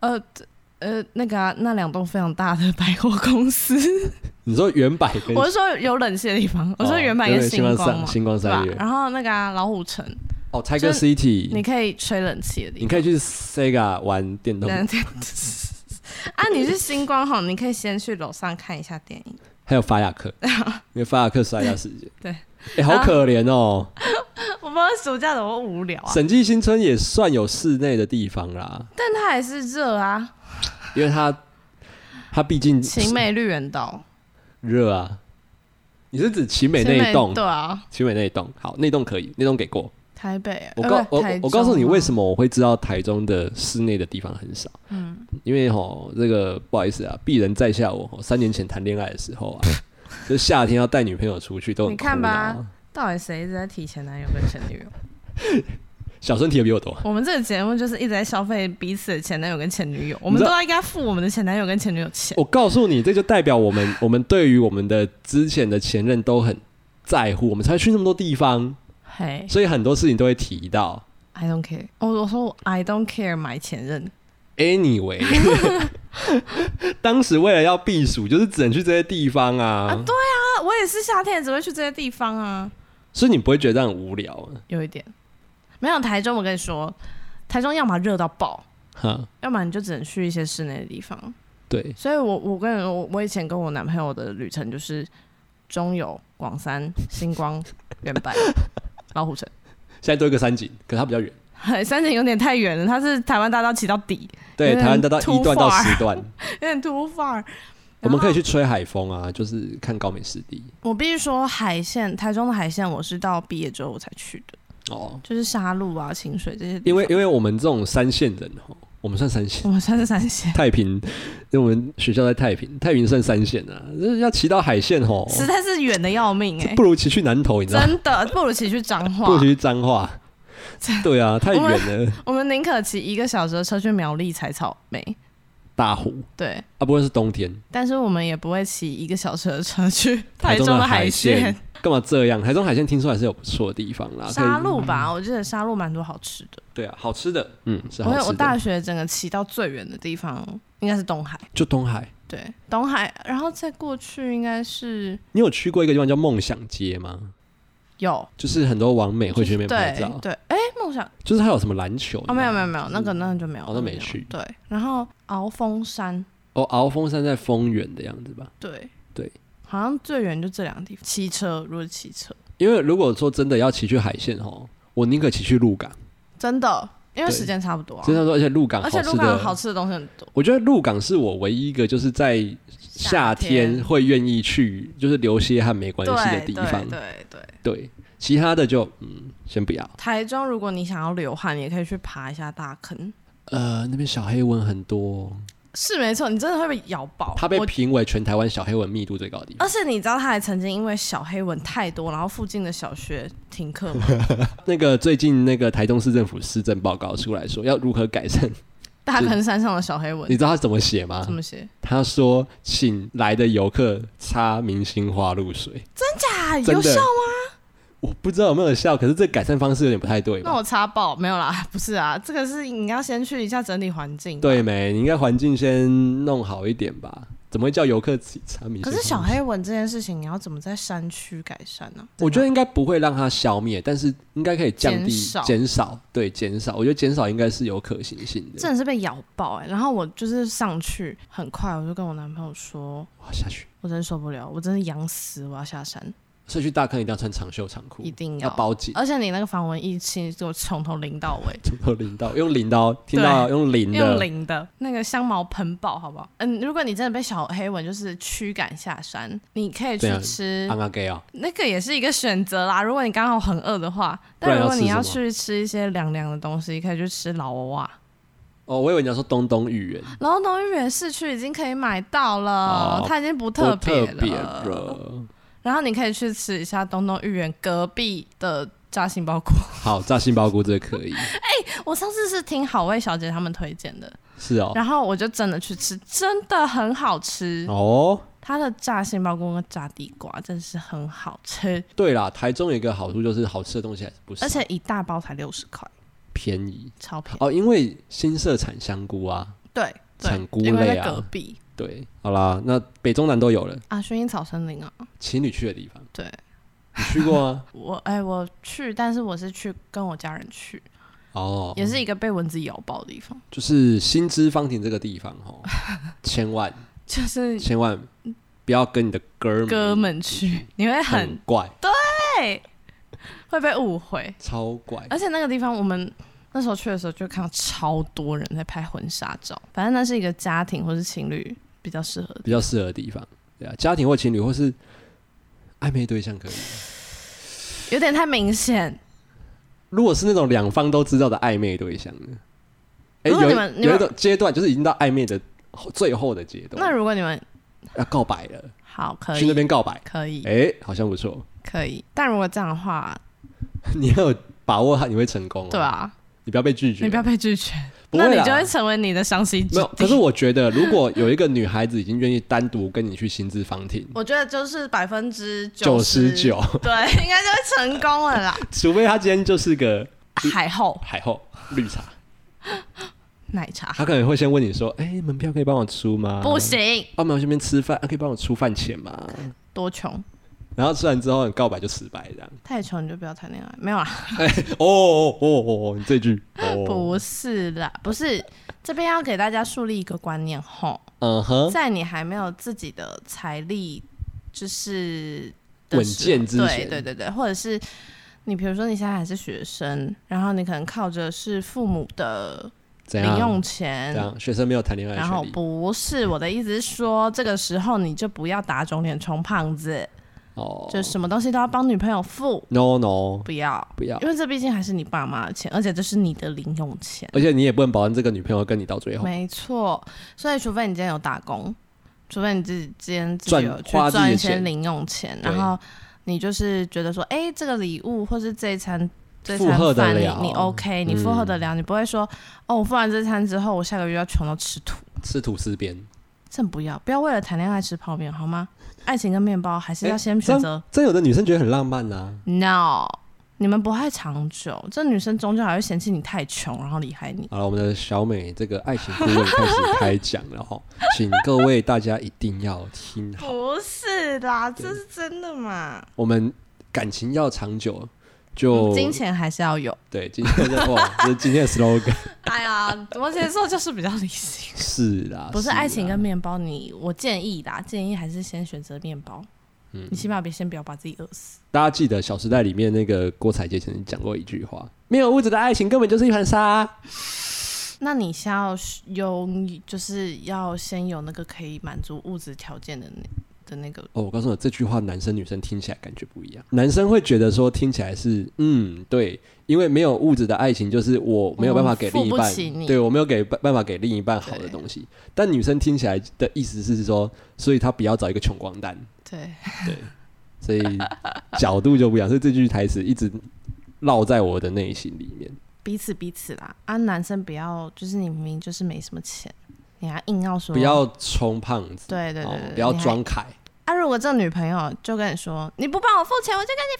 Speaker 2: 呃呃，那个、啊、那两栋非常大的百货公司，
Speaker 1: 你说原版跟 哦
Speaker 2: 我是说有冷气的地方，我说原版也
Speaker 1: 对
Speaker 2: 是
Speaker 1: 对
Speaker 2: 星光
Speaker 1: 三
Speaker 2: 嘛，
Speaker 1: 星光
Speaker 2: 对吧
Speaker 1: 三？月
Speaker 2: 然后那个、啊、老虎城，
Speaker 1: 哦，Tiger
Speaker 2: 就是
Speaker 1: City，
Speaker 2: 你可以吹冷气的
Speaker 1: 你
Speaker 2: 地方，
Speaker 1: 可以去 Sega 玩电动，
Speaker 2: 对对 啊，你是星光好，你可以先去楼上看一下电影。
Speaker 1: 还有法雅克，因为法雅克杀一下时间，
Speaker 2: 对啊
Speaker 1: 哎，好可怜哦。
Speaker 2: 我不知道暑假怎么无聊啊，
Speaker 1: 审计新村也算有室内的地方啦，
Speaker 2: 但它还是热啊。
Speaker 1: 因为它它毕竟
Speaker 2: 晴美绿园道，
Speaker 1: 热啊。你是指奇美
Speaker 2: 晴
Speaker 1: 那一栋？
Speaker 2: 对啊，
Speaker 1: 奇美那一栋，好，那栋可以，那栋给过。
Speaker 2: 台北。
Speaker 1: 我告、
Speaker 2: 呃不
Speaker 1: 我
Speaker 2: 台
Speaker 1: 我告诉你
Speaker 2: 中啊
Speaker 1: 为什么我会知道台中的室内的地方很少，
Speaker 2: 嗯，
Speaker 1: 因为吼这个不好意思啊，鄙人在下我吼三年前谈恋爱的时候啊，就夏天要带女朋友出去都很
Speaker 2: 你看
Speaker 1: 苦恼啊
Speaker 2: 吧，到底谁一直在提前男友跟前女友？
Speaker 1: 小生提的比我多。
Speaker 2: 我们这个节目就是一直在消费彼此的前男友跟前女友，我们都要应该付我们的前男友跟前女友钱。
Speaker 1: 我告诉你，这就代表我 们我们对于我们的之前的前任都很在乎，我们才会去那么多地方，
Speaker 2: 嘿、
Speaker 1: 所以很多事情都会提到。
Speaker 2: i don't care。我我说我 I don't care 买前任，
Speaker 1: Anyway，当时为了要避暑，就是只能去这些地方啊，
Speaker 2: 啊对啊，我也是夏天也只会去这些地方啊。
Speaker 1: 所以你不会觉得很无聊啊？
Speaker 2: 有一点。没有台中，我跟你说，台中要么热到爆，
Speaker 1: 哈，
Speaker 2: 要么你就只能去一些室内的地方。
Speaker 1: 对，
Speaker 2: 所以我我跟你说，我我以前跟我男朋友的旅程就是中游、广山、星光、原 白、老虎城。
Speaker 1: 现在多一个山景，可是它比较远，
Speaker 2: 三井有点太远了，它是台湾大道骑到底，
Speaker 1: 对，
Speaker 2: 有点
Speaker 1: 台湾大道
Speaker 2: too
Speaker 1: 一段到
Speaker 2: far
Speaker 1: 十段，
Speaker 2: 有点 too far。
Speaker 1: 我们可以
Speaker 2: 去。
Speaker 1: 去吹海风啊，就是看高美湿地
Speaker 2: 我必须说，海线台中的海线，我是到毕业之后我才去的，
Speaker 1: 哦，
Speaker 2: 就是沙鹿啊、清水这些地方。
Speaker 1: 因为因为我们这种三线人哦，我们算三线
Speaker 2: 我。们算是三线，
Speaker 1: 太平，因为我们学校在太平，太平算三线啊，就是要骑到海线吼，
Speaker 2: 实在是远的要命哎、
Speaker 1: 哦不如骑去南投，你知道吗？
Speaker 2: 真的不如骑去彰化。
Speaker 1: 不如骑去彰化，对啊，太
Speaker 2: 我们
Speaker 1: 远了，
Speaker 2: 我们宁可骑一个小时的车去苗栗采草莓，
Speaker 1: 大湖
Speaker 2: 对，
Speaker 1: 啊，不会是冬天，
Speaker 2: 但是我们也不会骑一个小时的车去台
Speaker 1: 中
Speaker 2: 中的
Speaker 1: 海
Speaker 2: 海
Speaker 1: 线
Speaker 2: 鲜
Speaker 1: 干嘛这样？台中海线听说还是有不错的地方啦，啊可
Speaker 2: 沙
Speaker 1: 以
Speaker 2: 鹿吧，我记得沙鹿蛮多好吃的。
Speaker 1: 对啊，好吃的，嗯，是
Speaker 2: 我
Speaker 1: 好
Speaker 2: 有我
Speaker 1: 吃
Speaker 2: 大
Speaker 1: 的，
Speaker 2: 学整个骑到最远的地方应该是东海，
Speaker 1: 就东海。
Speaker 2: 对，东海，然后再过去应该是
Speaker 1: 你有去过一个地方叫梦想街吗？
Speaker 2: 有
Speaker 1: 就是很多网美会去那边拍
Speaker 2: 对
Speaker 1: 照，
Speaker 2: 对，哎，梦想
Speaker 1: 就是它有什么篮球
Speaker 2: 哦，没有没
Speaker 1: 有
Speaker 2: 有没有，那个那个就没有，
Speaker 1: 哦那没
Speaker 2: 有
Speaker 1: 去
Speaker 2: 对，然后鳌峰山，
Speaker 1: 哦，鳌峰山在丰原的样子吧？
Speaker 2: 对
Speaker 1: 对，
Speaker 2: 好像最远就这两个地方，骑车如果骑车，
Speaker 1: 因为如果说真的要骑去海线吼，我宁可骑去鹿港。
Speaker 2: 真的，因为
Speaker 1: 对
Speaker 2: 时间差不多啊，
Speaker 1: 真的说，而且鹿港好
Speaker 2: 而
Speaker 1: 吃
Speaker 2: 且
Speaker 1: 的，
Speaker 2: 鹿港好吃的东西很多，
Speaker 1: 我觉得鹿港是我唯一一个就是在夏天会愿意去，就是流血汗没关系的地方。
Speaker 2: 对对对，
Speaker 1: 对其他的就嗯，先不要。
Speaker 2: 台中如果你想要流汗，也可以去爬一下大坑，
Speaker 1: 呃，那边小黑蚊很多哦，
Speaker 2: 是没错，你真的会被咬爆。
Speaker 1: 它被
Speaker 2: 我
Speaker 1: 评为全台湾小黑蚊密度最高的地方。
Speaker 2: 而且你知道他还曾经因为小黑蚊太多，然后附近的小学停课 吗？
Speaker 1: 那个最近那个台中市政府施政报告出来说要如何改 善，
Speaker 2: 大坑山上的小黑蚊
Speaker 1: 你知道啊他怎么写吗
Speaker 2: 怎？么写？
Speaker 1: 他说，请来的游客擦明星花露水。
Speaker 2: 啊，
Speaker 1: 真的
Speaker 2: 有效吗？
Speaker 1: 我不知道有没有效，可是这改善方式有点不太对吧？
Speaker 2: 那我插爆没有啦， 不是啊，这个是你要先去一下整理环境。
Speaker 1: 对。没？你应该环境先弄好一点吧？怎么会叫游客自己查明星？
Speaker 2: 可是小，黑蚊这件事情，你要怎么在山区改善呢、
Speaker 1: 我觉得应该不会让它消灭，但是应该可以降低、
Speaker 2: 减少
Speaker 1: 减少，对，减少。我觉得减少应该是有可行性的。
Speaker 2: 真的是被咬爆哎、然后我就是上去很快，我就跟我男朋友说，
Speaker 1: 哇，下去，
Speaker 2: 我真受不了，我真的痒死，我要下山，
Speaker 1: 所以去大坑一定要穿长袖长裤，
Speaker 2: 一定
Speaker 1: 要包紧，
Speaker 2: 而且你那个防蚊液，其实就从头淋到尾，
Speaker 1: 从头淋到用淋的哦，听到用淋
Speaker 2: 用
Speaker 1: 的，
Speaker 2: 淋的那个香茅喷爆，好不好？嗯，如果你真的被小黑蚊就是驱赶下山，你可以
Speaker 1: 怎
Speaker 2: 去
Speaker 1: 样
Speaker 2: 吃
Speaker 1: 安阿 gay 啊，
Speaker 2: 那个也是一个选择啦。如果你刚好很饿的话，
Speaker 1: 不然
Speaker 2: 但如
Speaker 1: 要
Speaker 2: 果你
Speaker 1: 吃
Speaker 2: 要
Speaker 1: 什
Speaker 2: 去吃一些凉凉的东西，可以去吃老啊蛙。
Speaker 1: 哦，我以为你要说东东芋圆，
Speaker 2: 然后农园市区已经可以买到了，
Speaker 1: 哦
Speaker 2: 它已经不
Speaker 1: 不
Speaker 2: 特
Speaker 1: 特
Speaker 2: 了。
Speaker 1: 别了。
Speaker 2: 然后你可以去吃一下东东芋圆隔壁的炸杏鲍菇。
Speaker 1: 好，炸杏鲍菇这个可以，
Speaker 2: 我上次是听好味小姐他们推荐的，
Speaker 1: 是哦，
Speaker 2: 然后我就真的去吃，真的很好吃。
Speaker 1: 哦，
Speaker 2: 它的炸杏鲍菇跟炸地瓜真的是很好吃，
Speaker 1: 对啦，台中有一个好处就是好吃的东西还是不少，
Speaker 2: 而且一大包才六十块，
Speaker 1: 便宜
Speaker 2: 超便宜。
Speaker 1: 哦，因为新社产香菇啊，
Speaker 2: 对，对
Speaker 1: 产菇
Speaker 2: 因为
Speaker 1: 类
Speaker 2: 在
Speaker 1: 啊
Speaker 2: 隔壁
Speaker 1: 对，好啦，那北中南都有了，
Speaker 2: 啊，薰衣草森林啊，
Speaker 1: 情侣去的地方，
Speaker 2: 对？
Speaker 1: 你去过吗
Speaker 2: 我哎、我去，但是我是去跟我家人去，
Speaker 1: 哦，
Speaker 2: 也是一个被蚊子咬爆的地方，
Speaker 1: 就是新知方庭这个地方哦，千万
Speaker 2: 就是
Speaker 1: 千万不要跟你的哥们
Speaker 2: 哥 们去，你会
Speaker 1: 很
Speaker 2: 很
Speaker 1: 怪，
Speaker 2: 对，会被误会。
Speaker 1: 超怪，
Speaker 2: 而且那个地方，我们那时候去的时候就看到超多人在拍婚纱照，反正那是一个家庭或是情侣比较适合的。
Speaker 1: 比较适合的地方，对啊，家庭或情侣或是暧昧对象可以。
Speaker 2: 有点太明显。
Speaker 1: 如果是那种两方都知道的暧昧对象呢？哎、
Speaker 2: 如果
Speaker 1: 有
Speaker 2: 你们
Speaker 1: 一
Speaker 2: 你们
Speaker 1: 有一种阶段，就是已经到暧昧的后最后的阶
Speaker 2: 那
Speaker 1: 段，
Speaker 2: 如果你们
Speaker 1: 要告白了，
Speaker 2: 好可
Speaker 1: 去那
Speaker 2: 以，
Speaker 1: 边告白，
Speaker 2: 可以，
Speaker 1: 哎、好像不错。
Speaker 2: 可以。但如果这样的话，
Speaker 1: 你要有把握，你会成功、哦。
Speaker 2: 对，啊，
Speaker 1: 你不要被拒绝，
Speaker 2: 你不要被拒绝，
Speaker 1: 啊不
Speaker 2: 那
Speaker 1: 会
Speaker 2: 你
Speaker 1: 啦
Speaker 2: 就会成为你的伤心之
Speaker 1: 没有。可是
Speaker 2: 地。
Speaker 1: 我觉得，如果有一个女孩子已经愿意单独跟你去薪资房
Speaker 2: ，
Speaker 1: 庭
Speaker 2: 我觉得就是百分之
Speaker 1: 十九，，
Speaker 2: 对，应该就会成功 了啦。
Speaker 1: 除非她今天就是个
Speaker 2: 海后
Speaker 1: 海后绿茶，
Speaker 2: 奶茶
Speaker 1: 她可能会先问你说：“哎、门票可以帮我出吗？”
Speaker 2: 不，行，嗯
Speaker 1: 澳门这边吃饭，啊、可以帮我出饭钱吗？
Speaker 2: 多穷，
Speaker 1: 然后吃完之后，你告白就失败这样。
Speaker 2: 太穷你就不要谈恋爱，没有啦。
Speaker 1: 哦哦哦哦，哦，你这句，哦，
Speaker 2: 不是啦，不是这边要给大家树立一个观念吼，
Speaker 1: 嗯哼，
Speaker 2: 在你还没有自己的财力就是的
Speaker 1: 稳
Speaker 2: 时
Speaker 1: 健之
Speaker 2: 候对
Speaker 1: 前
Speaker 2: 对对对，或者是你比如说你现在还是学生，然后你可能靠着是父母的
Speaker 1: 怎
Speaker 2: 零用
Speaker 1: 样？
Speaker 2: 钱
Speaker 1: 怎，样？学生没有谈恋爱的
Speaker 2: 然后
Speaker 1: 权利
Speaker 2: 不是我的意思是说，这个时候你就不要打肿脸充胖子，
Speaker 1: 哦，
Speaker 2: 就什么东西都要帮女朋友付，
Speaker 1: no no，
Speaker 2: 不要，
Speaker 1: 不要，
Speaker 2: 因为这毕竟还是你爸妈的钱，而且这是你的零用钱。
Speaker 1: 而且你也不能保证这个女朋友跟你到最后
Speaker 2: 没错，所以除非你今天有打工，除非你自己今天自
Speaker 1: 赚
Speaker 2: 己有去
Speaker 1: 花自己
Speaker 2: 赚
Speaker 1: 的
Speaker 2: 一些
Speaker 1: 钱
Speaker 2: 零用钱，
Speaker 1: 对
Speaker 2: 然后你就是觉得说，哎、这个礼物或是这一餐。这
Speaker 1: 负荷
Speaker 2: 餐
Speaker 1: 得
Speaker 2: 饭你
Speaker 1: 了嗯
Speaker 2: 你 OK，你负荷得了，你不会说哦，我付完这餐之后，我下个月要穷到吃土，
Speaker 1: 吃吐司边，
Speaker 2: 真不要，不要为了谈恋爱吃泡面好吗？爱情跟面包还是
Speaker 1: 哎
Speaker 2: 要先
Speaker 1: 这
Speaker 2: 选
Speaker 1: 样
Speaker 2: 择
Speaker 1: 真有的女生觉得很浪漫啊，
Speaker 2: No，你们不会长久。这女生终究还会嫌弃你太穷，然后离开你。
Speaker 1: 好了，我们的小美这个爱情顾问开始开讲了 哈，请各位大家一定要听好，
Speaker 2: 不是啦，
Speaker 1: 对
Speaker 2: 这是真的嘛？
Speaker 1: 我们感情要长久，就
Speaker 2: 金钱还是要有。
Speaker 1: 对今天的 哇，这是今天的 slogan
Speaker 2: 哎呀，摩羯座就是比较理性。
Speaker 1: 是啦，
Speaker 2: 不是爱情
Speaker 1: 啦
Speaker 2: 跟面包，你我建议啦，建议还是先选择面包。
Speaker 1: 嗯
Speaker 2: 你起码别先不要把自己饿死。
Speaker 1: 大家记得《小时代》里面那个郭采洁曾经讲过一句话：“没有物质的爱情根本就是一盘沙。
Speaker 2: 那你先要拥，就是要先有那个可以满足物质条件的那的那个”
Speaker 1: 哦，我告诉你，这句话男生女生听起来感觉不一样。男生会觉得说听起来是嗯对，因为没有物质的爱情就是我没有办法给另一
Speaker 2: 我付
Speaker 1: 半
Speaker 2: 不起，你
Speaker 1: 对我没有给办办法给另一半好的东西。但女生听起来的意思是说，所以她不要找一个穷光蛋，
Speaker 2: 对，
Speaker 1: 所以角度就不一样。所以这句台词一直烙在我的内心里面。
Speaker 2: 彼此彼此啦。啊，男生不要，就是你明明就是没什么钱，你还硬要说
Speaker 1: 不要冲胖子，
Speaker 2: 哦对对对
Speaker 1: 哦
Speaker 2: 对
Speaker 1: 不要
Speaker 2: 你还
Speaker 1: 装凯，
Speaker 2: 啊！如果这女朋友就跟你说你不帮我付钱，我就跟你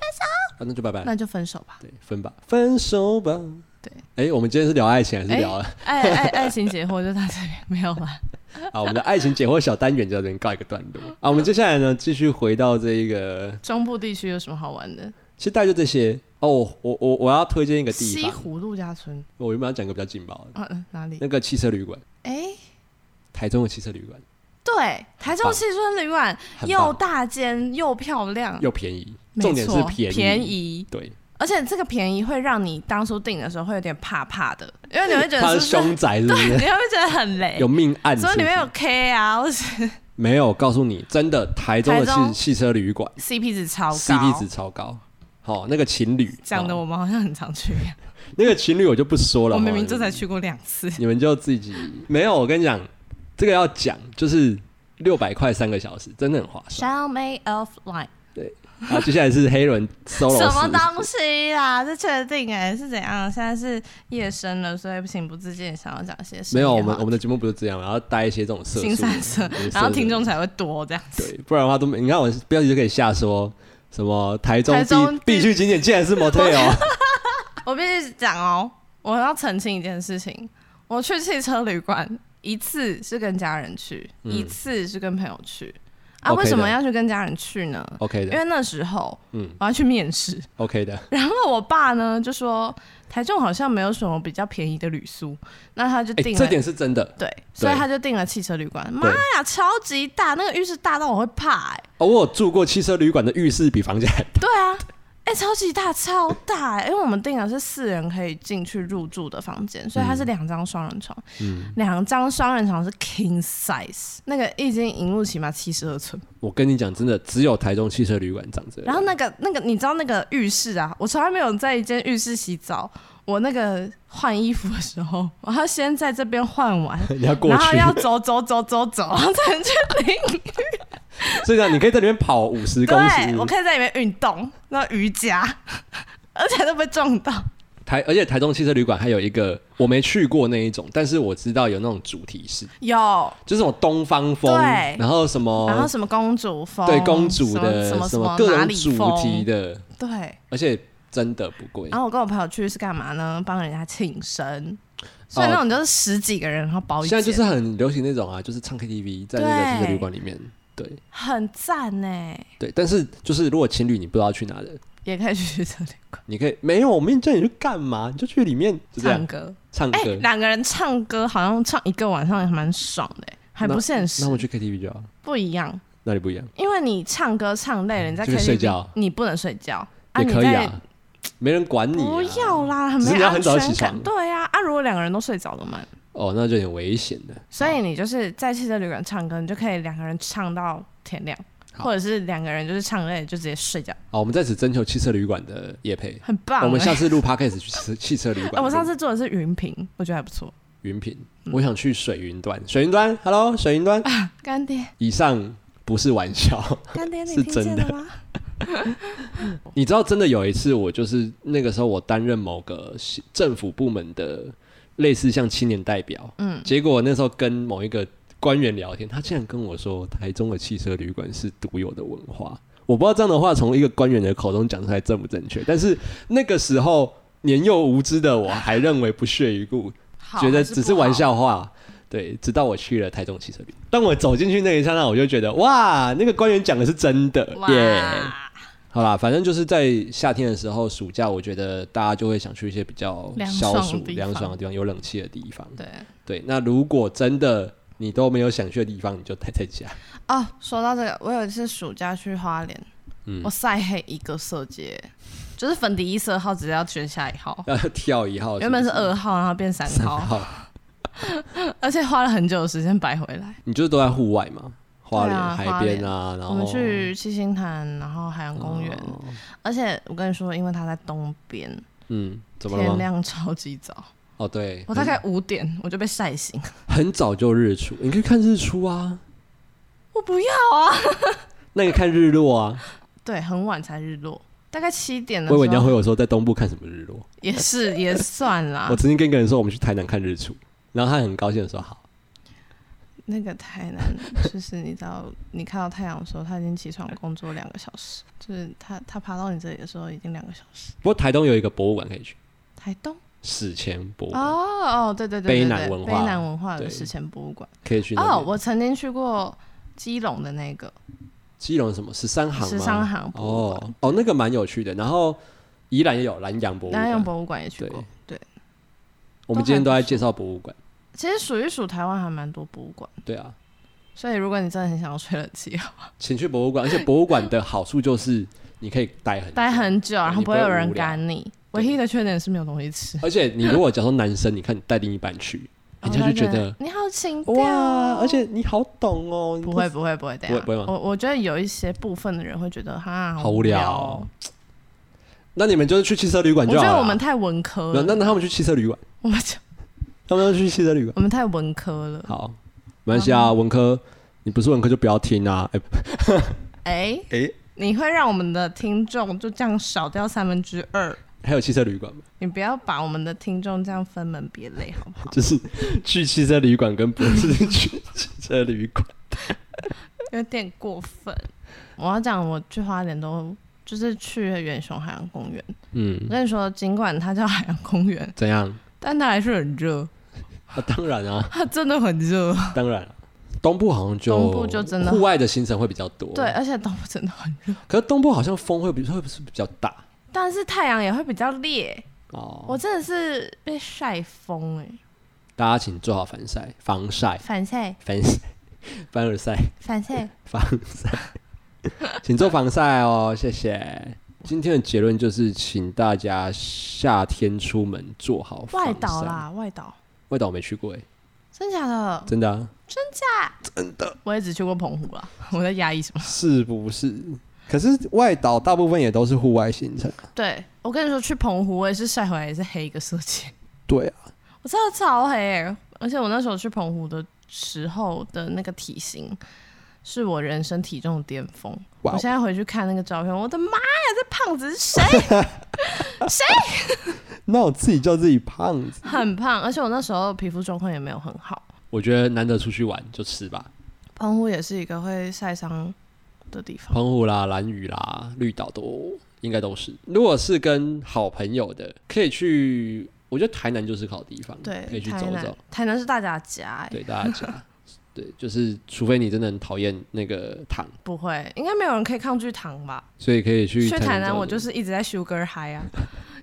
Speaker 1: 啊那就拜拜。
Speaker 2: 那就分手吧。
Speaker 1: 对，分吧，分手吧。
Speaker 2: 对，
Speaker 1: 哎、我们今天是聊爱情还是
Speaker 2: 哎
Speaker 1: 聊、
Speaker 2: 爱爱爱情解惑就到这边没有啦。
Speaker 1: 啊？我们的爱情解惑小单元就到这边告一个段落啊。我们接下来呢，继续回到这一个，
Speaker 2: 中部地区有什么好玩的？
Speaker 1: 其实大概就这些哦。我我我我要推荐 一个地
Speaker 2: 西
Speaker 1: 方，
Speaker 2: 湖陆家村，
Speaker 1: 我原本要讲个比较劲爆的，
Speaker 2: 嗯、嗯，哪里？
Speaker 1: 那个汽车旅馆，
Speaker 2: 哎、
Speaker 1: 台中的汽车旅馆，
Speaker 2: 对，台中
Speaker 1: 棒
Speaker 2: 汽车旅馆
Speaker 1: 很
Speaker 2: 又
Speaker 1: 棒，
Speaker 2: 大间又漂亮，
Speaker 1: 又便宜，
Speaker 2: 没
Speaker 1: 重点是
Speaker 2: 错
Speaker 1: 便宜，
Speaker 2: 便宜，
Speaker 1: 对，
Speaker 2: 而且这个便宜会让你当初订的时候会有点怕怕的，因为你会觉
Speaker 1: 他
Speaker 2: 得
Speaker 1: 是
Speaker 2: 是不是
Speaker 1: 凶宅是不
Speaker 2: 你会
Speaker 1: 是？
Speaker 2: 觉得很雷
Speaker 1: 有，命案是
Speaker 2: 所
Speaker 1: 不
Speaker 2: 以里面有
Speaker 1: 是
Speaker 2: K 啊，或是
Speaker 1: 没有？告诉你，真的，台中的
Speaker 2: 台中
Speaker 1: 汽汽车旅馆
Speaker 2: CP 值超高
Speaker 1: CP 值超高。好、那个情侣
Speaker 2: 讲的
Speaker 1: 哦
Speaker 2: 我们好像很常去一样，
Speaker 1: 那个情侣我就不说了哦，
Speaker 2: 我明明就才去过两次。
Speaker 1: 你们就自己没有。我跟你讲，这个要讲就是六百块三个小时，真的很划算。
Speaker 2: Shall May of Light，
Speaker 1: 好，接下来是黑 人 solo
Speaker 2: 什么
Speaker 1: 时
Speaker 2: 东西啦？这确定哎、是怎样？现在是夜深了，所以情不自禁想要讲些什
Speaker 1: 没
Speaker 2: 么？
Speaker 1: 有，我们我们的节目不是这样，然后带一些这种色素，
Speaker 2: 啊新三色
Speaker 1: 对，
Speaker 2: 然
Speaker 1: 色
Speaker 2: 后
Speaker 1: 素
Speaker 2: 听众才会多这样子。
Speaker 1: 对，不然的话都没。你看我标题就可以下说什么台中
Speaker 2: 台中
Speaker 1: 必必去景点竟然是哦 motel，
Speaker 2: 我必须讲哦，我要澄清一件事情：我去汽车旅馆一次是跟家人去，
Speaker 1: 嗯
Speaker 2: 一次是跟朋友去。啊，
Speaker 1: OK 的
Speaker 2: 为什么要去跟家人去呢？
Speaker 1: OK
Speaker 2: 因
Speaker 1: 的，
Speaker 2: 为那时候
Speaker 1: 嗯
Speaker 2: 我要去面试，
Speaker 1: ，OK 的，
Speaker 2: 然后我爸呢就说台中好像没有什么比较便宜的旅宿，那他就
Speaker 1: 哎、
Speaker 2: 订了、
Speaker 1: 这点是真的。
Speaker 2: 对，所以他就订了汽车旅馆。妈呀，超级大，那个浴室大到我会怕哎、
Speaker 1: 哦，我有住过汽车旅馆的浴室比房间还大，
Speaker 2: 对啊，哎、超级大，超大、欸，因为我们订的是四人可以进去入住的房间，所以
Speaker 1: 嗯
Speaker 2: 它是两张双人床，两张双人床是 king size，那个液晶荧幕起码七十二寸，
Speaker 1: 我跟你讲，真的只有台中汽车旅馆长这
Speaker 2: 然
Speaker 1: 样。
Speaker 2: 后那个那个你知道那个浴室啊，我从来没有在一间浴室洗澡，我那个换衣服的时候，我要先在这边换完。
Speaker 1: 你 要过
Speaker 2: 然后
Speaker 1: 去，
Speaker 2: 要走走走走走，然后才能去 淋
Speaker 1: 所以讲你可以在里面跑五十公
Speaker 2: 对，我
Speaker 1: 尺。
Speaker 2: 可以在里面运动，那瑜伽， 而且都被撞到。
Speaker 1: 台而且台中汽车旅馆还有一个我没去过那一种，但是我知道有那种主题式，
Speaker 2: 有，
Speaker 1: 就是那种东方风，
Speaker 2: 对
Speaker 1: 然后什么
Speaker 2: 然后什么公主风，
Speaker 1: 哦对公主
Speaker 2: 什么
Speaker 1: 的
Speaker 2: 什么
Speaker 1: 什
Speaker 2: 么
Speaker 1: 么各
Speaker 2: 哪
Speaker 1: 种
Speaker 2: 里
Speaker 1: 主
Speaker 2: 风
Speaker 1: 题。的，
Speaker 2: 对，
Speaker 1: 而且真的不贵
Speaker 2: 然。后我跟我朋友去是干嘛呢？帮人家庆生，所以那种就是十几个人，然后包一
Speaker 1: 哦现在就
Speaker 2: 间
Speaker 1: 是很流行那种啊，就是唱 KTV 在那个汽车旅馆里面，对
Speaker 2: 很赞欸呢，
Speaker 1: 对。但是就是如果情侣你不知道去哪的，
Speaker 2: 也可以去这里
Speaker 1: 你可以没有，我没叫你去干嘛，你就去里面就这
Speaker 2: 唱
Speaker 1: 样
Speaker 2: 歌。
Speaker 1: 唱
Speaker 2: 哎
Speaker 1: 歌，。
Speaker 2: 两个人唱歌好像唱一个晚上也蛮爽的欸，还不现实
Speaker 1: 那我，们去 KTV 就好，
Speaker 2: 不一样。
Speaker 1: 那里不一样，
Speaker 2: 因为你唱歌唱累了，你在
Speaker 1: 嗯就可以睡
Speaker 2: KTV
Speaker 1: 觉
Speaker 2: 你不能睡觉啊，
Speaker 1: 也
Speaker 2: 你
Speaker 1: 可以
Speaker 2: 在
Speaker 1: 啊，没人管你啊。
Speaker 2: 不要啦，很
Speaker 1: 只是
Speaker 2: 没
Speaker 1: 你要很
Speaker 2: 安
Speaker 1: 早
Speaker 2: 全
Speaker 1: 起
Speaker 2: 感。
Speaker 1: 床
Speaker 2: 对呀、啊，如果两个人都睡着怎么办？
Speaker 1: 哦，那就有点危险的。
Speaker 2: 所以你就是在汽车旅馆唱歌，你就可以两个人唱到天亮，
Speaker 1: 好
Speaker 2: 或者是两个人就是唱累了就直接睡觉，
Speaker 1: 好，我们在此征求汽车旅馆的夜配。
Speaker 2: 很棒、
Speaker 1: 我们
Speaker 2: 欸
Speaker 1: 下次录 podcast 去汽 车汽车旅
Speaker 2: 哎
Speaker 1: 馆。
Speaker 2: 我上次嗯做的是云屏，我觉得还不错。
Speaker 1: 云品，我想去水云端。水云端，Hello，水云端。
Speaker 2: 干爹，
Speaker 1: 以上不是玩 笑。
Speaker 2: 干爹，你
Speaker 1: 是
Speaker 2: 听见
Speaker 1: 真的
Speaker 2: 了吗？
Speaker 1: 你知道，真的有一次，我就是那个时候，我担任某个政府部门的类似像青年代表，嗯，结果那时候跟某一个官员聊天，他竟然跟我说，台中的汽车旅馆是独有的文化。我不知道这样的话从一个官员的口中讲出来正不正确，但是那个时候年幼无知的我还认为不屑一顾，
Speaker 2: 好
Speaker 1: 觉得
Speaker 2: 还
Speaker 1: 只
Speaker 2: 是
Speaker 1: 是
Speaker 2: 不
Speaker 1: 玩
Speaker 2: 好。
Speaker 1: 笑话。对，直到我去了台中汽车旅馆，当我走进去那一刹那，我就觉得哇，那个官员讲的是真的
Speaker 2: 哇
Speaker 1: 耶。好啦，反正就是在夏天的时候，暑假我觉得大家就会想去一些比较
Speaker 2: 凉爽
Speaker 1: 消
Speaker 2: 的
Speaker 1: 暑
Speaker 2: 地、方
Speaker 1: 凉爽的地方，有冷气的地方。
Speaker 2: 对
Speaker 1: 对，那如果真的你都没有想去的地方，你就待在家。
Speaker 2: 哦，说到这个，我有一次暑假去花莲，
Speaker 1: 嗯
Speaker 2: 我晒黑一个色阶，就是粉底一色号，直接要选下一号。
Speaker 1: 要跳一号，
Speaker 2: 原本是二号，然后变三
Speaker 1: 三
Speaker 2: 号，
Speaker 1: 号，
Speaker 2: 而且花了很久的时间摆回来。
Speaker 1: 你就是都在户外嘛，花莲、
Speaker 2: 对啊
Speaker 1: 海边啊，然
Speaker 2: 我
Speaker 1: 后
Speaker 2: 们去七星潭，然后海洋公园，
Speaker 1: 哦
Speaker 2: 而且我跟你说，因为它在东边，
Speaker 1: 嗯，怎么了
Speaker 2: 天
Speaker 1: 吗？
Speaker 2: 亮超级早，
Speaker 1: 哦，对，
Speaker 2: 我大概五点我就被晒醒。
Speaker 1: 很很早就日出，你可以看日出啊，
Speaker 2: 我不要啊！
Speaker 1: 那个看日落啊。
Speaker 2: 对，很晚才日落，大概七点的
Speaker 1: 我以为你
Speaker 2: 时
Speaker 1: 要
Speaker 2: 候
Speaker 1: 回我说在东部看什么日落。
Speaker 2: 也是也算啦
Speaker 1: 我。曾经跟一个人说我们去台南看日出，然后他很高兴的说好。
Speaker 2: 那个台南， 就是你知道，你看到太阳的时候，他已经起床工作两个小时，就是他他爬到你这里的时候已经两个小时。
Speaker 1: 不过台东有一个博物馆可以去，
Speaker 2: 台东
Speaker 1: 史前博物
Speaker 2: 哦
Speaker 1: 馆。
Speaker 2: 哦，对对对对
Speaker 1: 卑
Speaker 2: 对，
Speaker 1: 南文化
Speaker 2: 卑南文化的
Speaker 1: 对
Speaker 2: 史前博物馆。
Speaker 1: 可以去那边。
Speaker 2: 哦，我曾经去过基隆的那个
Speaker 1: 基隆什么十三行吗？
Speaker 2: 十三行博物馆，
Speaker 1: 哦哦，那个蛮有趣的。然后宜兰也有南洋博物
Speaker 2: 南洋
Speaker 1: 馆。
Speaker 2: 博物馆也去过。对，
Speaker 1: 我们今天都在介绍博物馆。
Speaker 2: 其实数一数，台湾还蛮多博物馆，
Speaker 1: 对啊，
Speaker 2: 所以如果你真的很想要吹冷 气，
Speaker 1: 请去博物馆，而且博物馆的好处就是你可以待很久
Speaker 2: 待很久，啊然后不会有人
Speaker 1: 你不会无聊
Speaker 2: 赶你。
Speaker 1: 对
Speaker 2: 唯一的缺点是没有东西吃，
Speaker 1: 而且你如果假如说男生，你看你带另一半去，人家就觉
Speaker 2: 哦
Speaker 1: 得
Speaker 2: 对你好情调
Speaker 1: 哇
Speaker 2: 哦，，
Speaker 1: 而且你好懂哦，你
Speaker 2: 不会不会不会这样，
Speaker 1: 不会吗
Speaker 2: 我我觉得有一些部分的人会觉得哈
Speaker 1: 好无
Speaker 2: 无
Speaker 1: 聊
Speaker 2: 哦
Speaker 1: 哦。那你们就是去汽车旅馆
Speaker 2: 我
Speaker 1: 就
Speaker 2: 觉
Speaker 1: 好了。
Speaker 2: 得我们太文科
Speaker 1: 那
Speaker 2: 了，
Speaker 1: 那那他们去汽车旅馆，
Speaker 2: 我们
Speaker 1: 他们要去汽车旅馆。
Speaker 2: 我们太文科了。
Speaker 1: 好，
Speaker 2: 嗯
Speaker 1: 没关系啊，文科，你不是文科就不要听啊。哎
Speaker 2: 哎，
Speaker 1: 哎
Speaker 2: 你会让我们的听众就这样少掉三分之二。
Speaker 1: 还有汽车旅馆吗？
Speaker 2: 你不要把我们的听众这样分门别类，好 不好？
Speaker 1: 就是去汽车旅馆跟不是去汽车旅馆。
Speaker 2: 有点过分。我要讲，我去花莲都就是去远雄海洋公园。
Speaker 1: 嗯
Speaker 2: 我，跟你说，尽管它叫海洋公园，
Speaker 1: 怎样？
Speaker 2: 但它还是很热，
Speaker 1: 啊，当然啊，
Speaker 2: 它真的很热。
Speaker 1: 当然、啊。东部好像就
Speaker 2: 东部就真的
Speaker 1: 户外的行程会比较多，
Speaker 2: 对，。而且东部真的很热，
Speaker 1: 可是东部好像风会比会不是比较大
Speaker 2: 但是太阳也会比较烈。我
Speaker 1: 哦。
Speaker 2: 真的是被晒疯哎，
Speaker 1: 大家请做好防晒、防晒、
Speaker 2: 反晒，
Speaker 1: 防晒、凡尔赛、
Speaker 2: 反晒。
Speaker 1: 防晒，请做防晒哦，谢谢。今天的结论就是，请大家夏天出门做好防晒
Speaker 2: 外岛，啦，外岛，
Speaker 1: 外岛我没去过哎，
Speaker 2: 真假的？
Speaker 1: 真的、啊、
Speaker 2: 我也只去过澎湖啦， 我在压抑什么？
Speaker 1: 是不是？可是外岛大部分也都是户外行程，
Speaker 2: 对我跟你说，去澎湖我也是晒回来也是黑一个色阶。
Speaker 1: 对啊，
Speaker 2: 我真的超黑、欸，而且我那时候去澎湖的时候的那个体型，是我人生体重的巅峰。
Speaker 1: 哇哦
Speaker 2: 我现在回去看那个照片，我的妈呀，这胖子是谁？
Speaker 1: 那我自己叫自己胖子。
Speaker 2: 很胖，而且我那时候皮肤状况也没有很好。
Speaker 1: 我觉得难得出去玩就吃吧，
Speaker 2: 澎湖也是一个会晒伤的地方。
Speaker 1: 澎湖啦、蓝屿啦、绿岛都应该都是。如果是跟好朋友的，可以去，我觉得台南就是个好地方，
Speaker 2: 对，
Speaker 1: 可以去
Speaker 2: 台
Speaker 1: 走
Speaker 2: 南
Speaker 1: 走，
Speaker 2: 台南是大家的家、欸，
Speaker 1: 对大家讲。对，就是除非你真的很讨厌那个糖，
Speaker 2: 不会，应该没有人可以抗拒糖吧？
Speaker 1: 所以可以去
Speaker 2: 去台南
Speaker 1: 走走
Speaker 2: 我就是一直在 sugar high 啊，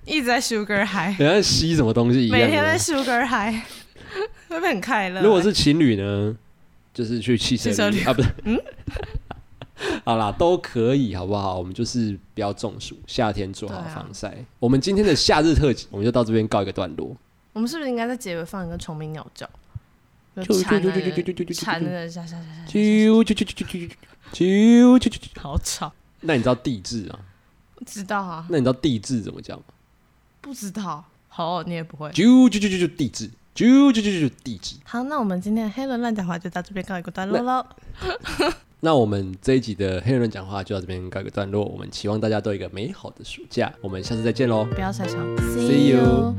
Speaker 2: 一直在 sugar high，
Speaker 1: 等下吸什么东 西一样
Speaker 2: 每天
Speaker 1: 的
Speaker 2: 在 sugar high，会 不会很快乐欸、
Speaker 1: 如果是情侣呢，就是去汽
Speaker 2: 汽车
Speaker 1: 车
Speaker 2: 旅
Speaker 1: 啊，不是，好啦，都可以，好不好？我们就是不要中暑，夏天做好
Speaker 2: 对啊
Speaker 1: 防晒。我们今天的夏日特辑，我们就到这边告一个段落。
Speaker 2: 我们是不是应该在蝉的放一个虫鸣鸟叫？就
Speaker 1: 啾
Speaker 2: 蝉
Speaker 1: 啾啾啾啾啾啾啾
Speaker 2: 的
Speaker 1: 啾
Speaker 2: 蝉的喳喳喳喳，
Speaker 1: 啾啾啾啾啾啾啾啾啾啾。
Speaker 2: 好吵。
Speaker 1: 那你知道地质啊？
Speaker 2: 知道啊，
Speaker 1: 那你知道地质怎么讲吗？
Speaker 2: 不知道。好，你也不会。
Speaker 1: 啾啾啾啾啾地质，啾啾啾啾啾地质。
Speaker 2: 好，那我们今天的黑人乱讲话就到这边告一个段落喽。
Speaker 1: 那我们这一集的黑人讲话就到这边告一个段落。我们期望大家都有一个美好的暑假。我们下次再见喽。
Speaker 2: 不要晒伤
Speaker 1: See you